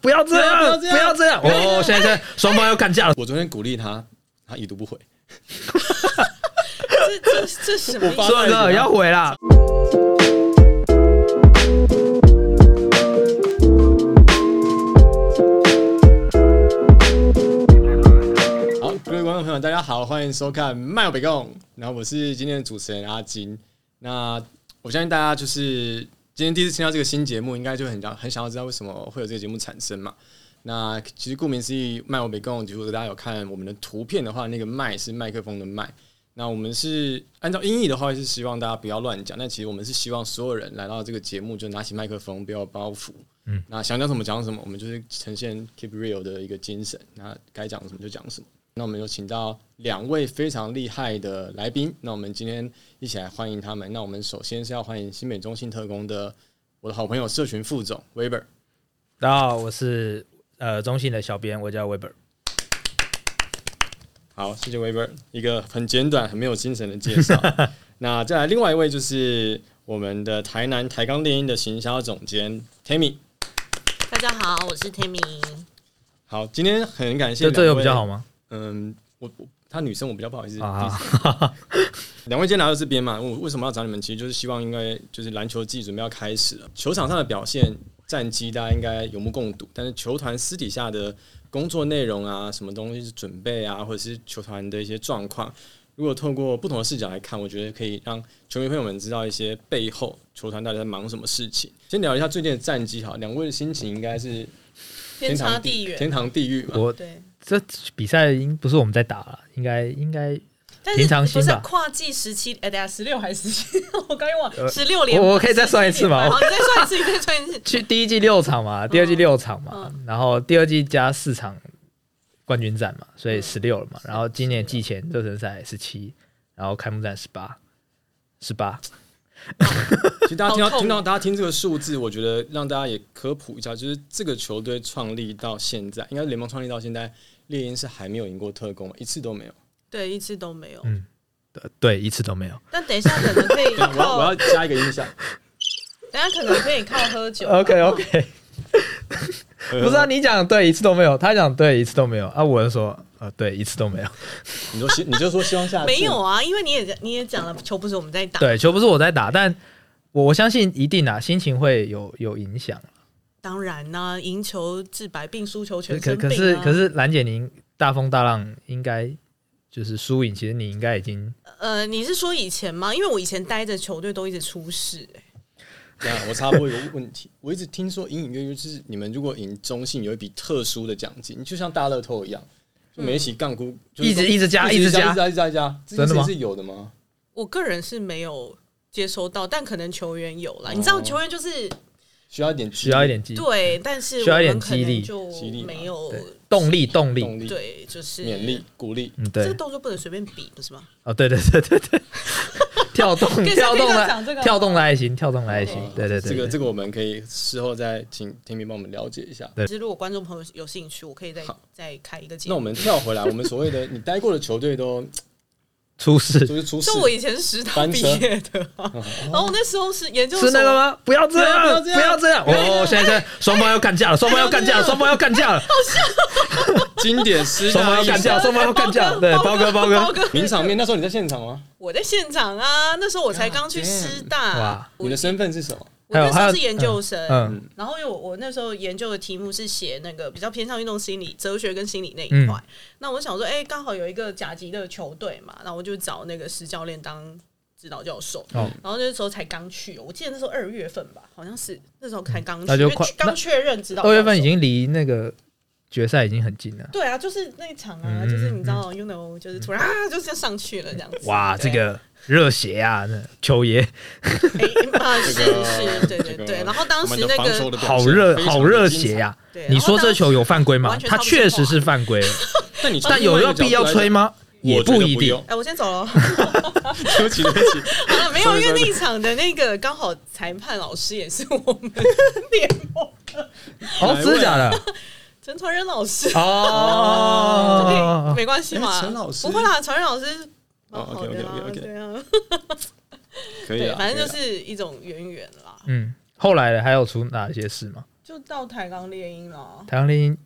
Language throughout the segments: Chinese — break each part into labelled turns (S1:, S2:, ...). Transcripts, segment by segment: S1: 不要这
S2: 不要
S1: 样，
S2: 不
S1: 不
S2: 要这样
S1: 要这样！
S3: 哎
S1: 哦，现在现在双方要干架了，
S2: 我昨天鼓励他，他已读不回。
S4: 这这这什么意
S2: 我发
S4: 思？
S1: 算了，要回啦。
S2: 好，各位观众朋友，大家好，欢迎收看《漫游北贡》，然后我是今天的主持人阿金。那我相信大家就是今天第一次听到这个新节目，应该就很想很想要知道为什么会有这个节目产生嘛？那其实顾名思义，《漫游北贡》如果大家有看我们的图片的话，那个“麦”是麦克风的“麦”。那我们是按照音译的话，是希望大家不要乱讲，但其实我们是希望所有人来到这个节目就拿起麦克风，不要有包袱。嗯，那想讲什么讲什么，我们就是呈现 keep real 的一个精神，那该讲什么就讲什么。那我们有请到两位非常厉害的来宾，那我们今天一起来欢迎他们。那我们首先是要欢迎新北中信特工的我的好朋友社群副总 Weber，
S3: 大家好，我是呃中信的小编，我叫 Weber。
S2: 好，谢谢 Weber，一个很简短、很没有精神的 介绍。那再来另外一位就是我们的台南台钢电音的行销总监 Tammy。
S4: 大家好，我是 Tammy。
S2: 好，今天很感谢
S3: 这这有
S2: 两位
S3: 比较好吗？
S2: 嗯，我我她女生我比较不好意思。
S3: 啊，
S2: 两位今天来到这边嘛，我为什么要找你们？其实就是希望，应该就是篮球季准备要开始了，球场上的表现战绩大家应该有目共睹，但是球团私底下的工作内容啊，什么东西是准备啊，或者是球团的一些状况，如果透过不同的视角来看，我觉得可以让球迷朋友们知道一些背后球团到底在忙什么事情。先聊一下最近的战绩好，两位的心情应该是
S4: 天差
S2: 堂
S4: 地
S2: 天
S4: 远。
S2: 堂地狱嘛。
S3: 我
S4: 对，
S3: 这比赛已经不是我们在打了，应该应该
S4: 但
S3: 平常
S4: 是
S3: 心
S4: 不是
S3: 吧
S4: 跨季十七？哎，等下十六还是十七？ 我刚用
S3: 呃
S4: 完十六连，
S3: 我我可以再算一次吗嗯
S4: 好，你再算一次，你 再算一次。
S3: 哦去第一季六场嘛，第二季六场嘛，然后第二季加四场冠军战嘛，所以十六了嘛。然后今年季前热身赛十七，然后开幕战十八，十八。
S2: 其实大家听
S4: 好
S2: 到
S4: 痛
S2: 听到大家听这个数字，我觉得让大家也科普一下，就是这个球队创立到现在，应该是联盟创立到现在，猎鹰是还没有赢过特工嘛，一次都没有。
S4: 对，一次都没有。
S3: 嗯呃对，一次都没有。
S4: 但等一下可 能可以
S2: 我要我
S4: 靠
S2: 要，加一个音效，
S4: 等一下可能可以靠喝酒。
S3: OK OK，不 是啊，
S2: 呃
S3: 你讲对一次都没有，他讲对一次都没有啊，我就说呃对一次都没 有。
S2: 你说希你就说希望下次
S4: 没有啊，因为你也你也讲了，球不是我们在打，
S3: 对，球不是我在打，但我我相信一定啊，心情会有有影 响。
S4: 当然呢、赢球治百病，输球
S3: 可
S4: 全
S3: 可
S4: 身病、
S3: 可
S4: 啊。
S3: 是可是兰姐您大风大浪应该就是输赢，其实你应该已经
S4: 呃，你是说以前吗？因为我以前待着球队都一直出事、欸
S2: 那我插播一个问题，我一直听说隐隐约约就是你们如果赢中信有一笔特殊的奖金，就像大乐透一样，就每一期杠估、就是
S3: 一直一直加
S2: 一
S3: 一直加
S2: 一直加一直加一直加，这件
S3: 真的
S2: 事
S3: 吗
S2: 是有的吗？
S4: 我个人是没有接收到，但可能球员有
S3: 哦
S4: 啦。你知道球员就是
S2: 需要一点
S3: 需要一点激
S4: 对，但是
S3: 嗯需要一点
S4: 我们可
S3: 激励
S4: 能就
S2: 激励嘛
S4: 没有
S3: 对动力动力，
S2: 动力、
S4: 对，就是
S2: 勉励、鼓励。
S3: 嗯
S4: 这个
S3: 对
S4: 动作不能随便比，不是吗？
S3: 哦对对对对对， 跳动
S4: 以
S3: 跳动
S4: 可以讲这
S3: 的
S4: 个
S3: 跳动的爱心，跳动的爱心
S2: 哦，
S3: 对对对，
S2: 这个这
S3: 个
S2: 个我们可以事后再请天明帮我们了解一下。
S3: 对
S4: 其实如果观众朋友有兴趣，我可以再
S2: 好
S4: 再开一个节
S2: 那我
S4: 目。
S2: 们跳回来，我们所谓的你待过的球 队都
S3: 出
S2: 就
S3: 事
S2: 是出事
S4: 就，我以前是石堂
S2: 翻
S4: 毕
S2: 车哦
S4: 业的啊、 然后我那时候是研究所
S3: 是那个吗？不要这样，不要这
S4: 哎
S3: 样！哦，现在现在双方要干架了，双方要干架了，双方要干架
S4: 哎
S3: 了，
S2: 经典师
S3: 双方
S2: 大
S3: 要
S2: 一
S3: 干架，双方要干架！对，包哥包
S4: 哎包
S3: 哥，
S4: 哥，
S2: 名场面。那时候你在现场吗？
S4: 我在现场啊，那时候我才刚去
S2: God
S4: 师大
S3: 哇，
S4: 我
S2: 你的身份是什么？
S4: 我那时
S3: 还
S4: 候
S3: 有
S4: 是研究生，
S3: 嗯。
S4: 然后因为我我那时候研究的题目是写那个比较偏向运动心理、哲学跟心理那一块。
S3: 嗯
S4: 那我想说，哎、刚好有一个甲级的球队嘛，然后我就找那个石教练当指导教授。
S3: 哦
S4: 然后那时候才刚去，我记得那时候二月份吧，好像是那时候才刚去，
S3: 嗯那就
S4: 因为
S3: 快
S4: 刚确认指导教授。
S3: 二月份已经离那个决赛已经很近了。
S4: 对啊，就是那一场啊，
S3: 嗯
S4: 就是你知道、y o u know，就是突然啊，就是要上去了这样子。
S3: 哇，这
S4: 对
S3: 个热血啊，那球爷
S4: 哎啊是
S2: 这个
S4: 是，对对
S2: 这个
S4: 对。然后当时
S2: 我们的
S4: 那
S2: 防
S4: 个
S2: 守的表现
S3: 好热
S2: 非常的
S3: 好热血呀、
S4: 对，
S3: 你
S4: 然后
S3: 说这
S4: 当时
S3: 球有犯规吗
S4: 完？全
S3: 他
S4: 插不
S3: 确
S4: 进话
S3: 实是犯 规了，
S2: 精彩。但你从
S3: 但有没
S2: 另
S3: 有
S2: 外一个
S3: 必
S2: 角
S3: 要
S2: 度来
S3: 吹
S2: 讲？
S3: 吗？也
S2: 我觉
S3: 不
S2: 得不
S3: 一定
S2: 用。
S4: 哎，我先走了。
S2: 对不起，对不起，
S4: 啊，没有，
S2: Sorry,
S4: 因为
S2: sorry.
S4: 那一场的那个刚好裁判老师也是我们联盟
S3: 哦，真的假 的？
S4: 陈传仁老师，这可以
S3: 哦，
S4: 没关系嘛，
S2: 哎陈老师
S4: 不会啦，传仁老师蛮
S2: 哦
S4: 好的啦，
S2: ，OK，OK，OK，OK
S4: 对啊，
S2: 可以
S4: 对，
S2: 啊，
S4: 反正就
S2: 可以啊
S4: 是一种渊源啦。
S3: 嗯，后来还有出哪些事吗？
S4: 就到台钢猎鹰了。
S3: 台湾猎鹰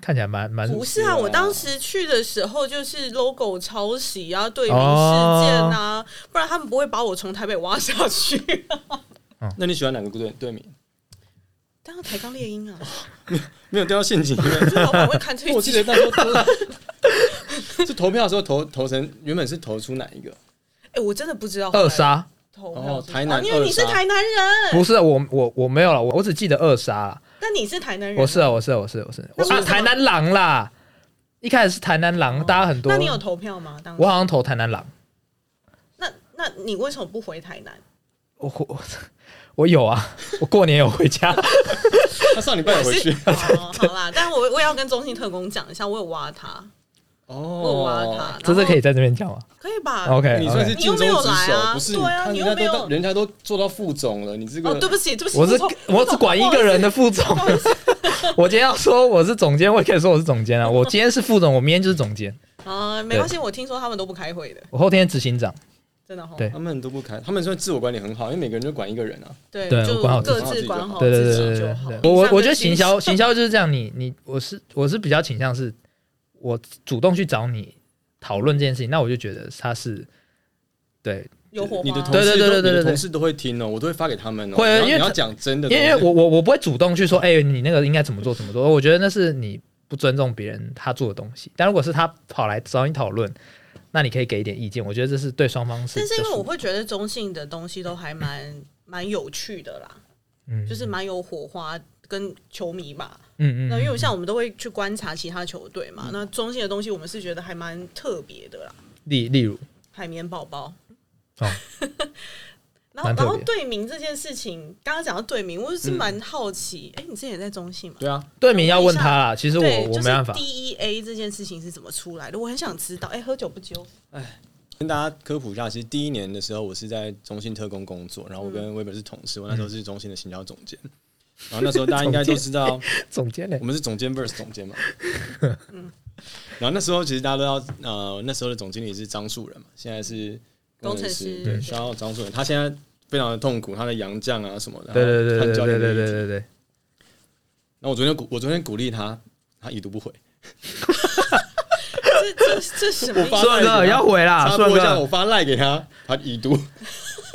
S3: 看起来蛮蛮
S4: 不是啊，
S2: 是哦
S4: 我当时去的时候就是 logo 抄袭啊，对名
S3: 哦
S4: 事件啊，不然他们不会把我从台北挖下去。
S2: 那你喜欢哪个队队名？
S4: 当然台钢猎鹰 啊，
S2: 没有掉到陷阱里面。
S4: 我觉得老板会看这一
S2: 我记得
S4: 集。
S2: 那时候投是投票的时候投投成原本是投出哪一个？
S4: 哎、我真的不知道
S3: 二杀，
S4: 投票
S2: 哦
S4: 是
S2: 台南
S4: 哦因为你是
S2: 二杀
S4: 台南人，
S3: 不是我我我没有了，我我只记得二杀啦。
S4: 但你是台南人，
S3: 我是啊，我是啊，我是啊我是啊我
S4: 嗯那
S3: 啊
S4: 为什么
S3: 台南狼啦，一开始是台南狼，大家很多
S4: 哦那，你有投票吗？当时
S3: 我好像投台南狼，
S4: 那那你为什么不回台南？
S3: 我我我有啊， 我过年有回家，
S2: 他上礼拜有回去
S4: 哦，好啦，但我我也要跟中信特工讲一下，我有挖他，我有挖他，然
S2: 哦。
S4: 后
S3: 这是可以在这边讲吗
S4: 可以吧
S3: 哎？OK，
S2: 你算是尽忠
S4: 你
S2: 职
S4: 又没有来
S2: 守，
S4: 啊
S2: 不是？
S4: 对啊
S2: 看
S4: 你
S2: 人家
S4: 又没有
S2: 都人家都做到副总了，你这个
S4: 哦，对不起，对不起，
S3: 我是
S4: 不懂
S3: 我只管一个人的副总， 我今天要说我是总监，我也可以说我是总监啊，我今天是副总，我明天就是总监，
S4: 啊，没关系，我听说他们都不开会的，
S3: 我后天执行长。
S4: 真的哈，
S3: 对
S2: 他们都不开，他们说自我管理很好，因为每个人就管一个人啊。
S4: 对
S3: 对
S4: 就
S3: 管好自
S2: 己
S4: 各自管好
S3: 对对对
S4: 自己
S3: 对
S4: 就好
S3: 对，。我我我觉得
S4: 以上
S3: 行
S4: 跟
S3: 销行销就是这样，你你我是我是比较倾向是，我主动去找你讨论这件事情，那我就觉得他是对，
S4: 有火花，
S2: 你的同
S3: 对
S2: 事
S3: 对对
S2: 都
S3: 对对
S2: 你的
S3: 对
S2: 同事都会听哦，我都会发给他们哦。
S3: 会啊
S2: 你要
S3: 因为
S2: 你要
S3: 他
S2: 讲真的
S3: 因
S2: 东
S3: 为
S2: 西，
S3: 我我我不会主动去说，哎、你那个应该怎么做怎么做，我觉得那是你不尊重别人他做的东西。但如果是他跑来找你讨论，那你可以给一点意见，我觉得这是对双方是。
S4: 但是因为
S3: 这
S4: 我会觉得中性的东西都还蛮蛮有趣的啦，
S3: 嗯
S4: 就是蛮有火花跟球迷吧。
S3: 嗯嗯
S4: 那
S3: 嗯，
S4: 因为像我们都会去观察其他球队嘛，那中性的东西我们是觉得还蛮特别的啦。
S3: 例例如
S4: 海绵宝宝。
S3: 哦
S4: 然后，
S3: 蛮特
S4: 然
S3: 别嗯
S4: 后队名这件事情，刚刚讲到队名，我就是蛮好奇。哎、你之前也在中信嘛？
S2: 对啊，
S3: 队名要问他啦，其实我
S4: 对，
S3: 我没办法
S4: 就是、D E A 这件事情是怎么出来的？我很想知道。哎、喝酒不纠，
S2: 跟大家科普一下，其实第一年的时候，我是在中信特工工作，
S4: 嗯
S2: 然后我跟威本是同事，我那时候是中信的行销总 监。然后那时候大家应该都知道，
S3: 总监嘞
S2: 我，们是总监 vs 总监嘛。 然后那时候其实大家都要，呃，那时候的总经理是张树人嘛，现在是
S4: 工程
S2: 师
S4: 师，
S2: 对，
S4: 对
S2: 然后张树人，他现在非常的痛苦，他的洋将啊什么的，
S3: 对对对
S2: 他
S3: 对
S2: 的教
S3: 对
S2: 练
S3: 对
S2: 的
S3: 对
S2: 意见
S3: 对对，
S2: 然后我昨天鼓，我昨天鼓励他，他已读不回。
S4: 这这这什么意
S2: 我发啊
S4: 思？
S3: 顺哥要回啦，
S2: 插
S3: 顺
S2: 播一下，我
S3: 哥
S2: 发赖给他，他已读。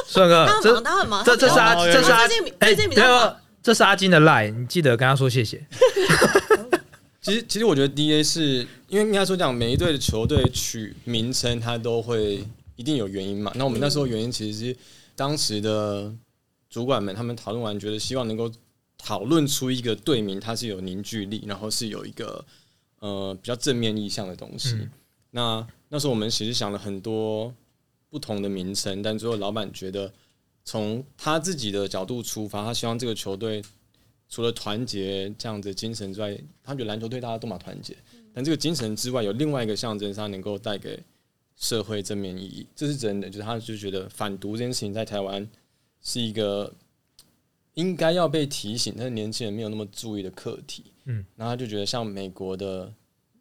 S3: 顺哥
S4: 他很
S3: 这
S4: 忙，他很忙。
S3: 这这是阿
S2: 哦
S3: 这是阿
S4: 最近
S3: 哎
S4: 最近比较忙
S3: 没有这是阿金的赖，你记得跟他说谢谢。
S2: 嗯其实，其实我觉得 D A 是因为应该说讲每一队的球队取名称，它都会一定有原因嘛。那我们那时候原因其实是当时的主管们他们讨论完，觉得希望能够讨论出一个队名，它是有凝聚力，然后是有一个呃比较正面意向的东西。
S3: 嗯
S2: 那那时候我们其实想了很多不同的名称，但最后老板觉得从他自己的角度出发，他希望这个球队除了团结这样子的精神之外，他觉得篮球队大家都蛮团结，但这个精神之外有另外一个象征，是他能够带给社会正面意义，这是真的。就是他就觉得反毒这件事情在台湾是一个应该要被提醒，但是年轻人没有那么注意的课题。
S3: 嗯，
S2: 然后他就觉得像美国的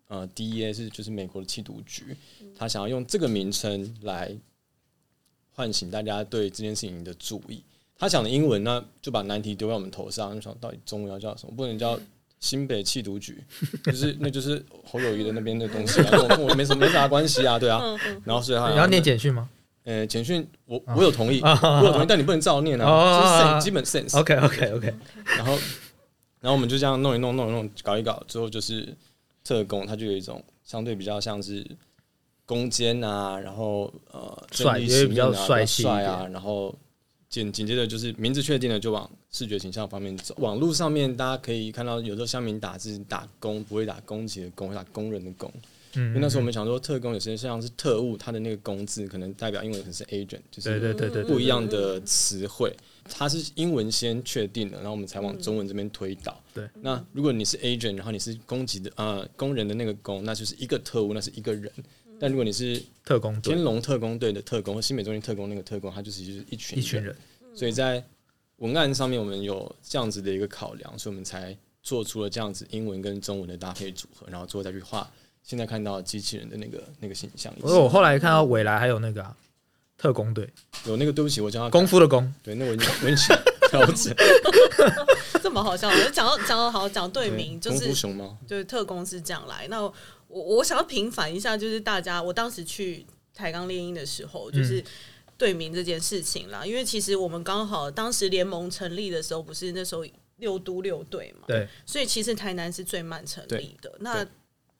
S2: 呃 DEA 是就是美国的缉毒局，他想要用这个名称来唤醒大家对这件事情的注意。他讲的英文，那就把难题丢在我们头上，就想到底中文要叫什么？不 能叫新北缉毒局，就是那就是侯友谊的那边的东西啊，跟我跟我没什么没啥关系啊，对啊。
S4: 嗯嗯，
S2: 然后所以他
S3: 你要念简讯吗
S2: 呃，简讯我我有同意，
S3: 啊
S2: 我 有同意，但你不能照念
S3: 哦哦哦
S2: 啊，
S3: 哦
S2: 这是 sense，基本 sense。
S3: ？OK OK OK，
S2: 然后，然后我们就这样弄一弄，弄一弄，搞一搞，最后就是特工，他就有一种相对比较像是攻坚啊，然后呃，
S3: 帅
S2: 正义
S3: 因为
S2: 使
S3: 比
S2: 命啊
S3: 较
S2: 比较
S3: 帅
S2: 帅
S3: 气一点
S2: 啊，然后紧紧接着就是名字确定了，就往视觉形象方面走。网络上面大家可以看到，有时候乡民打字打工不会打攻击的攻，会打工人的工。因
S3: 嗯
S2: 为那时候我们想说，特工有些像是特务，他的那个工字可能代表英文可能是 agent，
S3: 对
S2: 就是
S3: 对对对
S2: 不
S3: 对，
S2: 一样的词汇，它是英文先确定了，然后我们才往中文这边推导。
S3: 嗯对，
S2: 那如果你是 agent，然后你是攻击的呃工人的那个工，那就是一个特务，那是一个人。但如果你是
S3: 特工队
S2: 天龙特工队的特工或新美中心特工那个特工，他就是就是一群
S3: 一群人，
S4: 嗯
S2: 所以在文案上面我们有这样子的一个考量，所以我们才做出了这样子英文跟中文的搭配组合，然后最后再去画现在看到的机器人的那个那个形象。
S3: 我我后来看到未来还有那个啊特工队，
S2: 有那个对不起，我叫他
S3: 功夫的功，
S2: 对，那我已经我已经调整。
S4: 这么好笑。我讲到讲到好讲对名，就
S2: 功夫
S4: 是
S2: 熊猫，
S4: 就是特工是这样来。那我我想要平反一下，就是大家我当时去台钢猎鹰的时候，就是队名这件事情啦。因为其实我们刚好当时联盟成立的时候，不是那时候六都六队嘛，
S3: 对，
S4: 所以其实台南是最慢成立的。那
S2: 对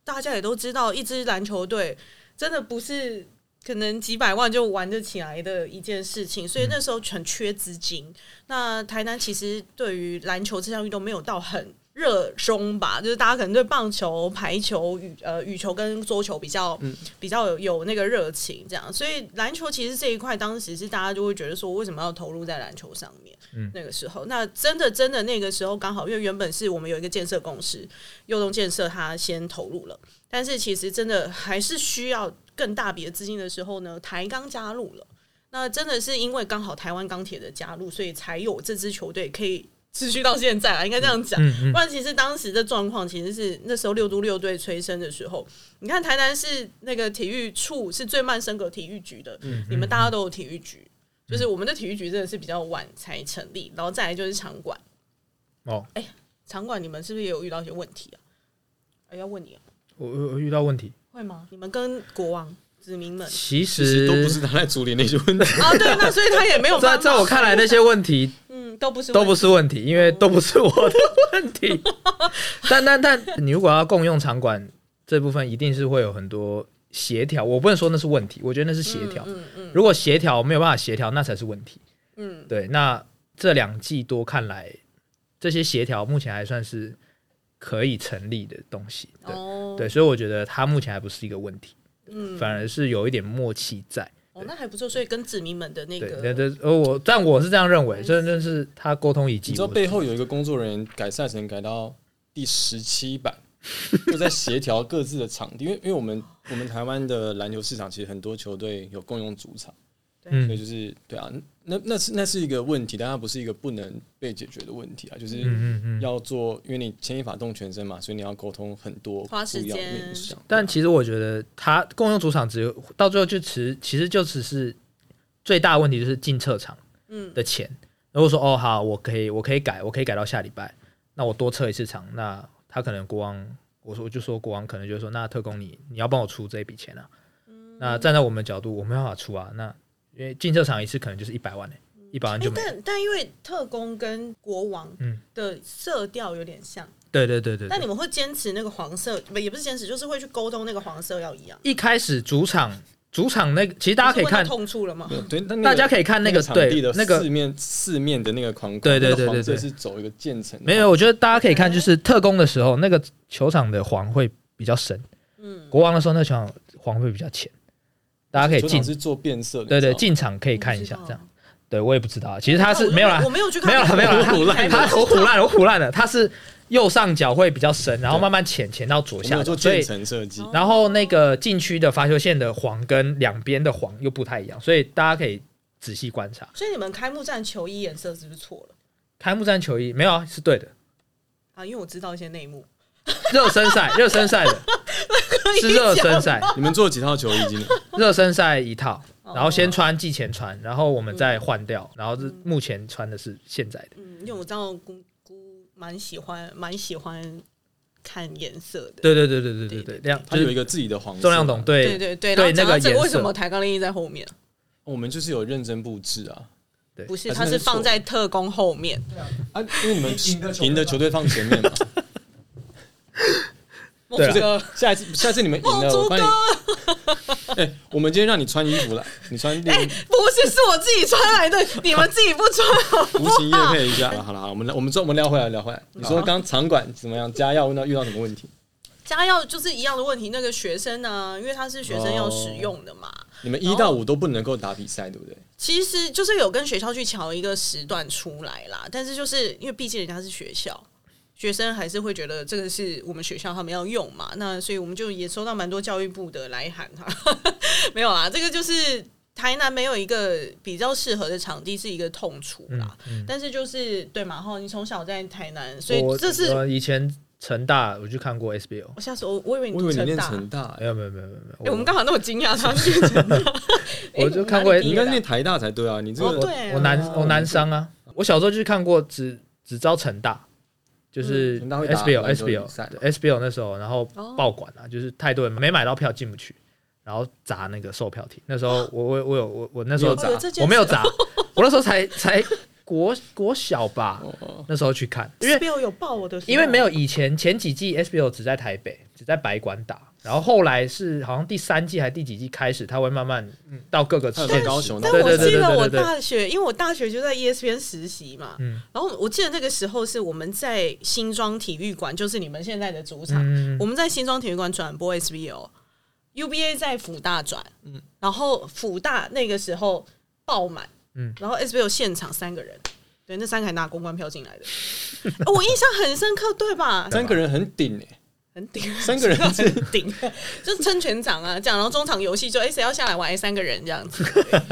S4: 大家也都知道，一支篮球队真的不是可能几百万就玩得起来的一件事情，
S2: 嗯
S4: 所以那时候很缺资金。那台南其实对于篮球这项运动没有到很热衷吧，就是大家可能对棒球、排球、羽呃羽球跟桌球比较、
S2: 嗯
S4: 比较有有那个热情，这样。所以篮球其实这一块当时是大家就会觉得说，为什么要投入在篮球上面？
S3: 嗯
S4: 那个时候，那真的真的那个时候刚好，因为原本是我们有一个建设公司，右东建设它先投入了，但是其实真的还是需要更大笔的资金的时候呢，台钢加入了。那真的是因为刚好台湾钢铁的加入，所以才有这支球队可以持续到现在啊，应该这样讲。
S3: 嗯
S4: 不然其实当时的状况其实是那时候六都六队催生的时候，你看台南是那个体育处是最慢升格体育局的，
S3: 嗯
S4: 你们大家都有体育局，就是我们的体育局真的是比较晚才成立，然后再来就是场馆，
S3: 哦，
S4: 场馆你们是不是也有遇到一些问题啊？哎，要问你啊，
S3: 我我我遇到问题，
S4: 会吗？你们跟国王子民 们
S3: 其
S2: 其实
S3: 实
S2: 都不是他在处理那些问题。
S4: 啊，对，那所以他也没有
S3: 在
S4: 办法
S3: 在我看来，那些问题
S4: 嗯，都不是
S3: 都不
S4: 问
S3: 是问题，因为都不是我的问 题。但但但，你如果要共用场馆这部分，一定是会有很多协调。我不能说那是问题，我觉得那是
S4: 题
S3: 协调。
S4: 嗯嗯
S3: 如果协调没有办法协调，那才是问题。
S4: 嗯
S3: 对，那这两季多看来，这些协调目前还算是可以成立的东西。
S4: 嗯，
S3: 对、
S4: 哦，
S3: 对，所以我觉得它目前还不是一个问题，
S4: 嗯，
S3: 反而是有一点默契在。
S4: 哦，那还不错，所以跟子民们的那
S3: 对，
S4: 个嗯
S3: 对对，呃，我但我是这样认为，真的是他沟通以及
S2: 你知道
S3: 我
S2: 背后有一个工作人员改赛程改到第十七版，就在协调各自的场地，因为因为我们我们台湾的篮球市场其实很多球队有共用主场，
S3: 嗯
S2: 所以就是对啊，那那是那是一个问题，但它不是一个不能被解决的问题啊，就是
S3: 嗯嗯嗯。
S2: 要做，因为你牵一发动全身嘛，所以你要沟通很多
S4: 花时
S2: 不一样的
S4: 间
S2: 面向。
S3: 但其实我觉得他共用主场只有到最后就只其实就只是最大的问题就是进撤场
S4: 嗯
S3: 的钱。如果说哦好，我可以我可以改，我可以改到下礼拜，那我多撤一次场，那他可能国王，我说我就说国王可能就说那特工你你要帮我出这一笔钱啊。
S4: 嗯
S3: 那站在我们的角度，我没办法出啊。那因为进撤场一次可能就是一百万呢、一百万
S4: 哎
S3: 就没了。
S4: 但但因为特工跟国王
S3: 嗯
S4: 的色调有点像，
S3: 对对对对
S4: 那
S3: 对。
S4: 你们会坚持那个黄色，不也不是坚持，就是会去沟通那个黄色要一样。
S3: 一开始主场主场那个，其实大家可以
S4: 你是问
S3: 看
S4: 到，痛处了吗？
S2: 对，但那个
S3: 大家可以看那
S2: 那
S3: 个
S2: 场地
S3: 对
S2: 的
S3: 那个
S2: 四面四面的那个框框，
S3: 对对
S2: 那个
S3: 对对
S2: 黄色
S3: 对
S2: 是走一个渐层的，
S3: 没有，我觉得大家可以看，
S4: 嗯
S3: 就是特工的时候，那个球场的黄会比较深；
S4: 嗯，
S3: 国王的时候，那球场黄会比较浅。大家可以
S2: 球
S3: 进
S2: 场，是做变色的，
S3: 对对，
S2: 你知道吗
S3: 进场可以
S4: 你
S3: 看一下，这样。对我也不知道啊，其实他
S4: 他
S3: 是没有啦
S4: 我，没有去看，
S3: 没有啦，没 有啦，
S4: 我
S3: 他
S4: 才
S3: 他我虎烂了，我虎烂了，他是右上角会比较深，然后慢慢浅浅到左
S2: 我们
S3: 下
S2: 有
S3: 角，
S2: 做
S3: 所
S2: 渐
S3: 以
S2: 层设计
S4: 哦。
S3: 然后那个禁区的罚球线的黄跟两边的黄又不太一样，所以大家可以仔细观察。
S4: 所以你们开幕战球衣颜色是不是错了
S3: 开幕战球衣没有啊，是对的，
S4: 啊？因为我知道一些内幕，
S3: 热身赛，热身赛的是热身赛，
S2: 你们做了几套球衣今年？
S3: 热身赛一套，
S4: 哦嗯
S3: 然后先穿季前穿，然后我们再换掉，然后是目前穿的是现在的。
S4: 嗯，因为我知道姑姑蛮喜欢，蛮喜欢看颜色的。
S3: 对对对对对
S4: 对
S3: 对对，
S4: 对
S3: 亮
S2: 他
S3: 就
S2: 有一
S3: 是
S2: 个自己的黄色。
S3: 重量懂，
S4: 对
S3: 对
S4: 对对，然
S3: 对
S4: 后讲到
S3: 那个
S4: 这
S3: 颜
S4: 为
S3: 色
S4: 什么抬杠另一在后面？
S2: 我们就是有认真布置啊
S4: 不是，
S2: 啊
S4: 它
S2: 真
S4: 是
S2: 的是错
S4: 放在特工后面。
S2: 啊，因为你们
S5: 赢的球队
S2: 赢的球队放前面 嘛。
S4: 梦
S3: 对啊
S4: 哥，
S2: 下一次，下次你们赢
S4: 梦
S2: 了，
S4: 猪
S2: 我帮你
S4: 哥。，
S2: 哎，我们今天让你穿衣服了，你穿那个
S4: 哎、不是， 是我自己穿来的，你们自己不穿 好不
S2: 无
S4: 好？
S2: 情夜配一下。好了好了，好了我们聊我们之后我们聊回来聊回来。你说刚场馆怎么样？家要问到遇到什么问题？
S4: 家药就是一样的问题，那个学生呢、因为他是学生要使用的嘛。
S2: 你们一到五都不能够打比赛，对不对？
S4: 其实就是有跟学校去瞧一个时段出来啦，但是就是因为毕竟人家是学校，学生还是会觉得这个是我们学校他们要用嘛，那所以我们就也收到蛮多教育部的来函哈， 没有啦，这个就是台南没有一个比较适合的场地是一个痛处啦，但是就是对嘛，然后你从小在台南，所以
S3: 嗯我
S4: 这是
S3: 我以前成大我去看过 SBL，
S4: 我下次我我以为你
S2: 我以
S4: 读
S2: 为你
S4: 成
S2: 念
S4: 大，
S2: 成大，
S3: 没有没有没有没有没有，
S4: 哎、我们刚好那么惊讶，他念成大，哎
S3: 我就看过
S4: 哪里
S2: 你应
S4: 毕业
S2: 该
S4: 的啊
S2: 念台大才对啊。你这
S4: 哦
S2: 个
S4: 对啊
S3: 我南我南商啊，我小时候就去看过只只招成大，就是
S2: 成大会打
S3: SBL
S2: 篮球
S3: SBL
S2: 比赛嘛
S3: 对 SBL 那时候，然后
S4: 哦
S3: 爆馆啊，就是太多人没买到票进不去，然后砸那个售票亭。那时候我我我有我我那时候
S2: 你有砸
S4: 哦有这件事
S3: 我没有砸，我那时候才才国国小吧，
S2: 哦，
S3: 那时候去看，因为
S4: SBL 有爆我的时候，啊
S3: 因为没有以前前几季 SBL 只在台北，只在白馆打，然后后来是好像第三季还第几季开始，它会慢慢嗯到各个
S2: 还
S3: 县
S2: 有
S3: 市。
S2: 高雄
S4: 但
S3: 对
S2: 那
S4: 我
S3: 对对
S4: 记
S3: 对
S4: 得
S3: 对
S4: 我
S3: 对对，
S4: 大学，因为我大学就在 E ESPN 实习嘛，
S3: 嗯
S4: 然后我记得那个时候是我们在新庄体育馆，就是你们现在的主场，
S3: 嗯
S4: 我们在新庄体育馆转播 SBL，UBA 在辅大转，
S2: 嗯
S4: 然后辅大那个时候爆满，
S3: 嗯
S4: 然后 SBL 现场三个人，对，那三个还拿公关票进来的，哦我印象很深刻，对吧？
S2: 三个人很顶欸诶，
S4: 很顶，
S2: 三个人是
S4: 很顶，就是撑全场啊，这样，然后中场游戏就哎谁、要下来玩，哎、三个人这样子， 对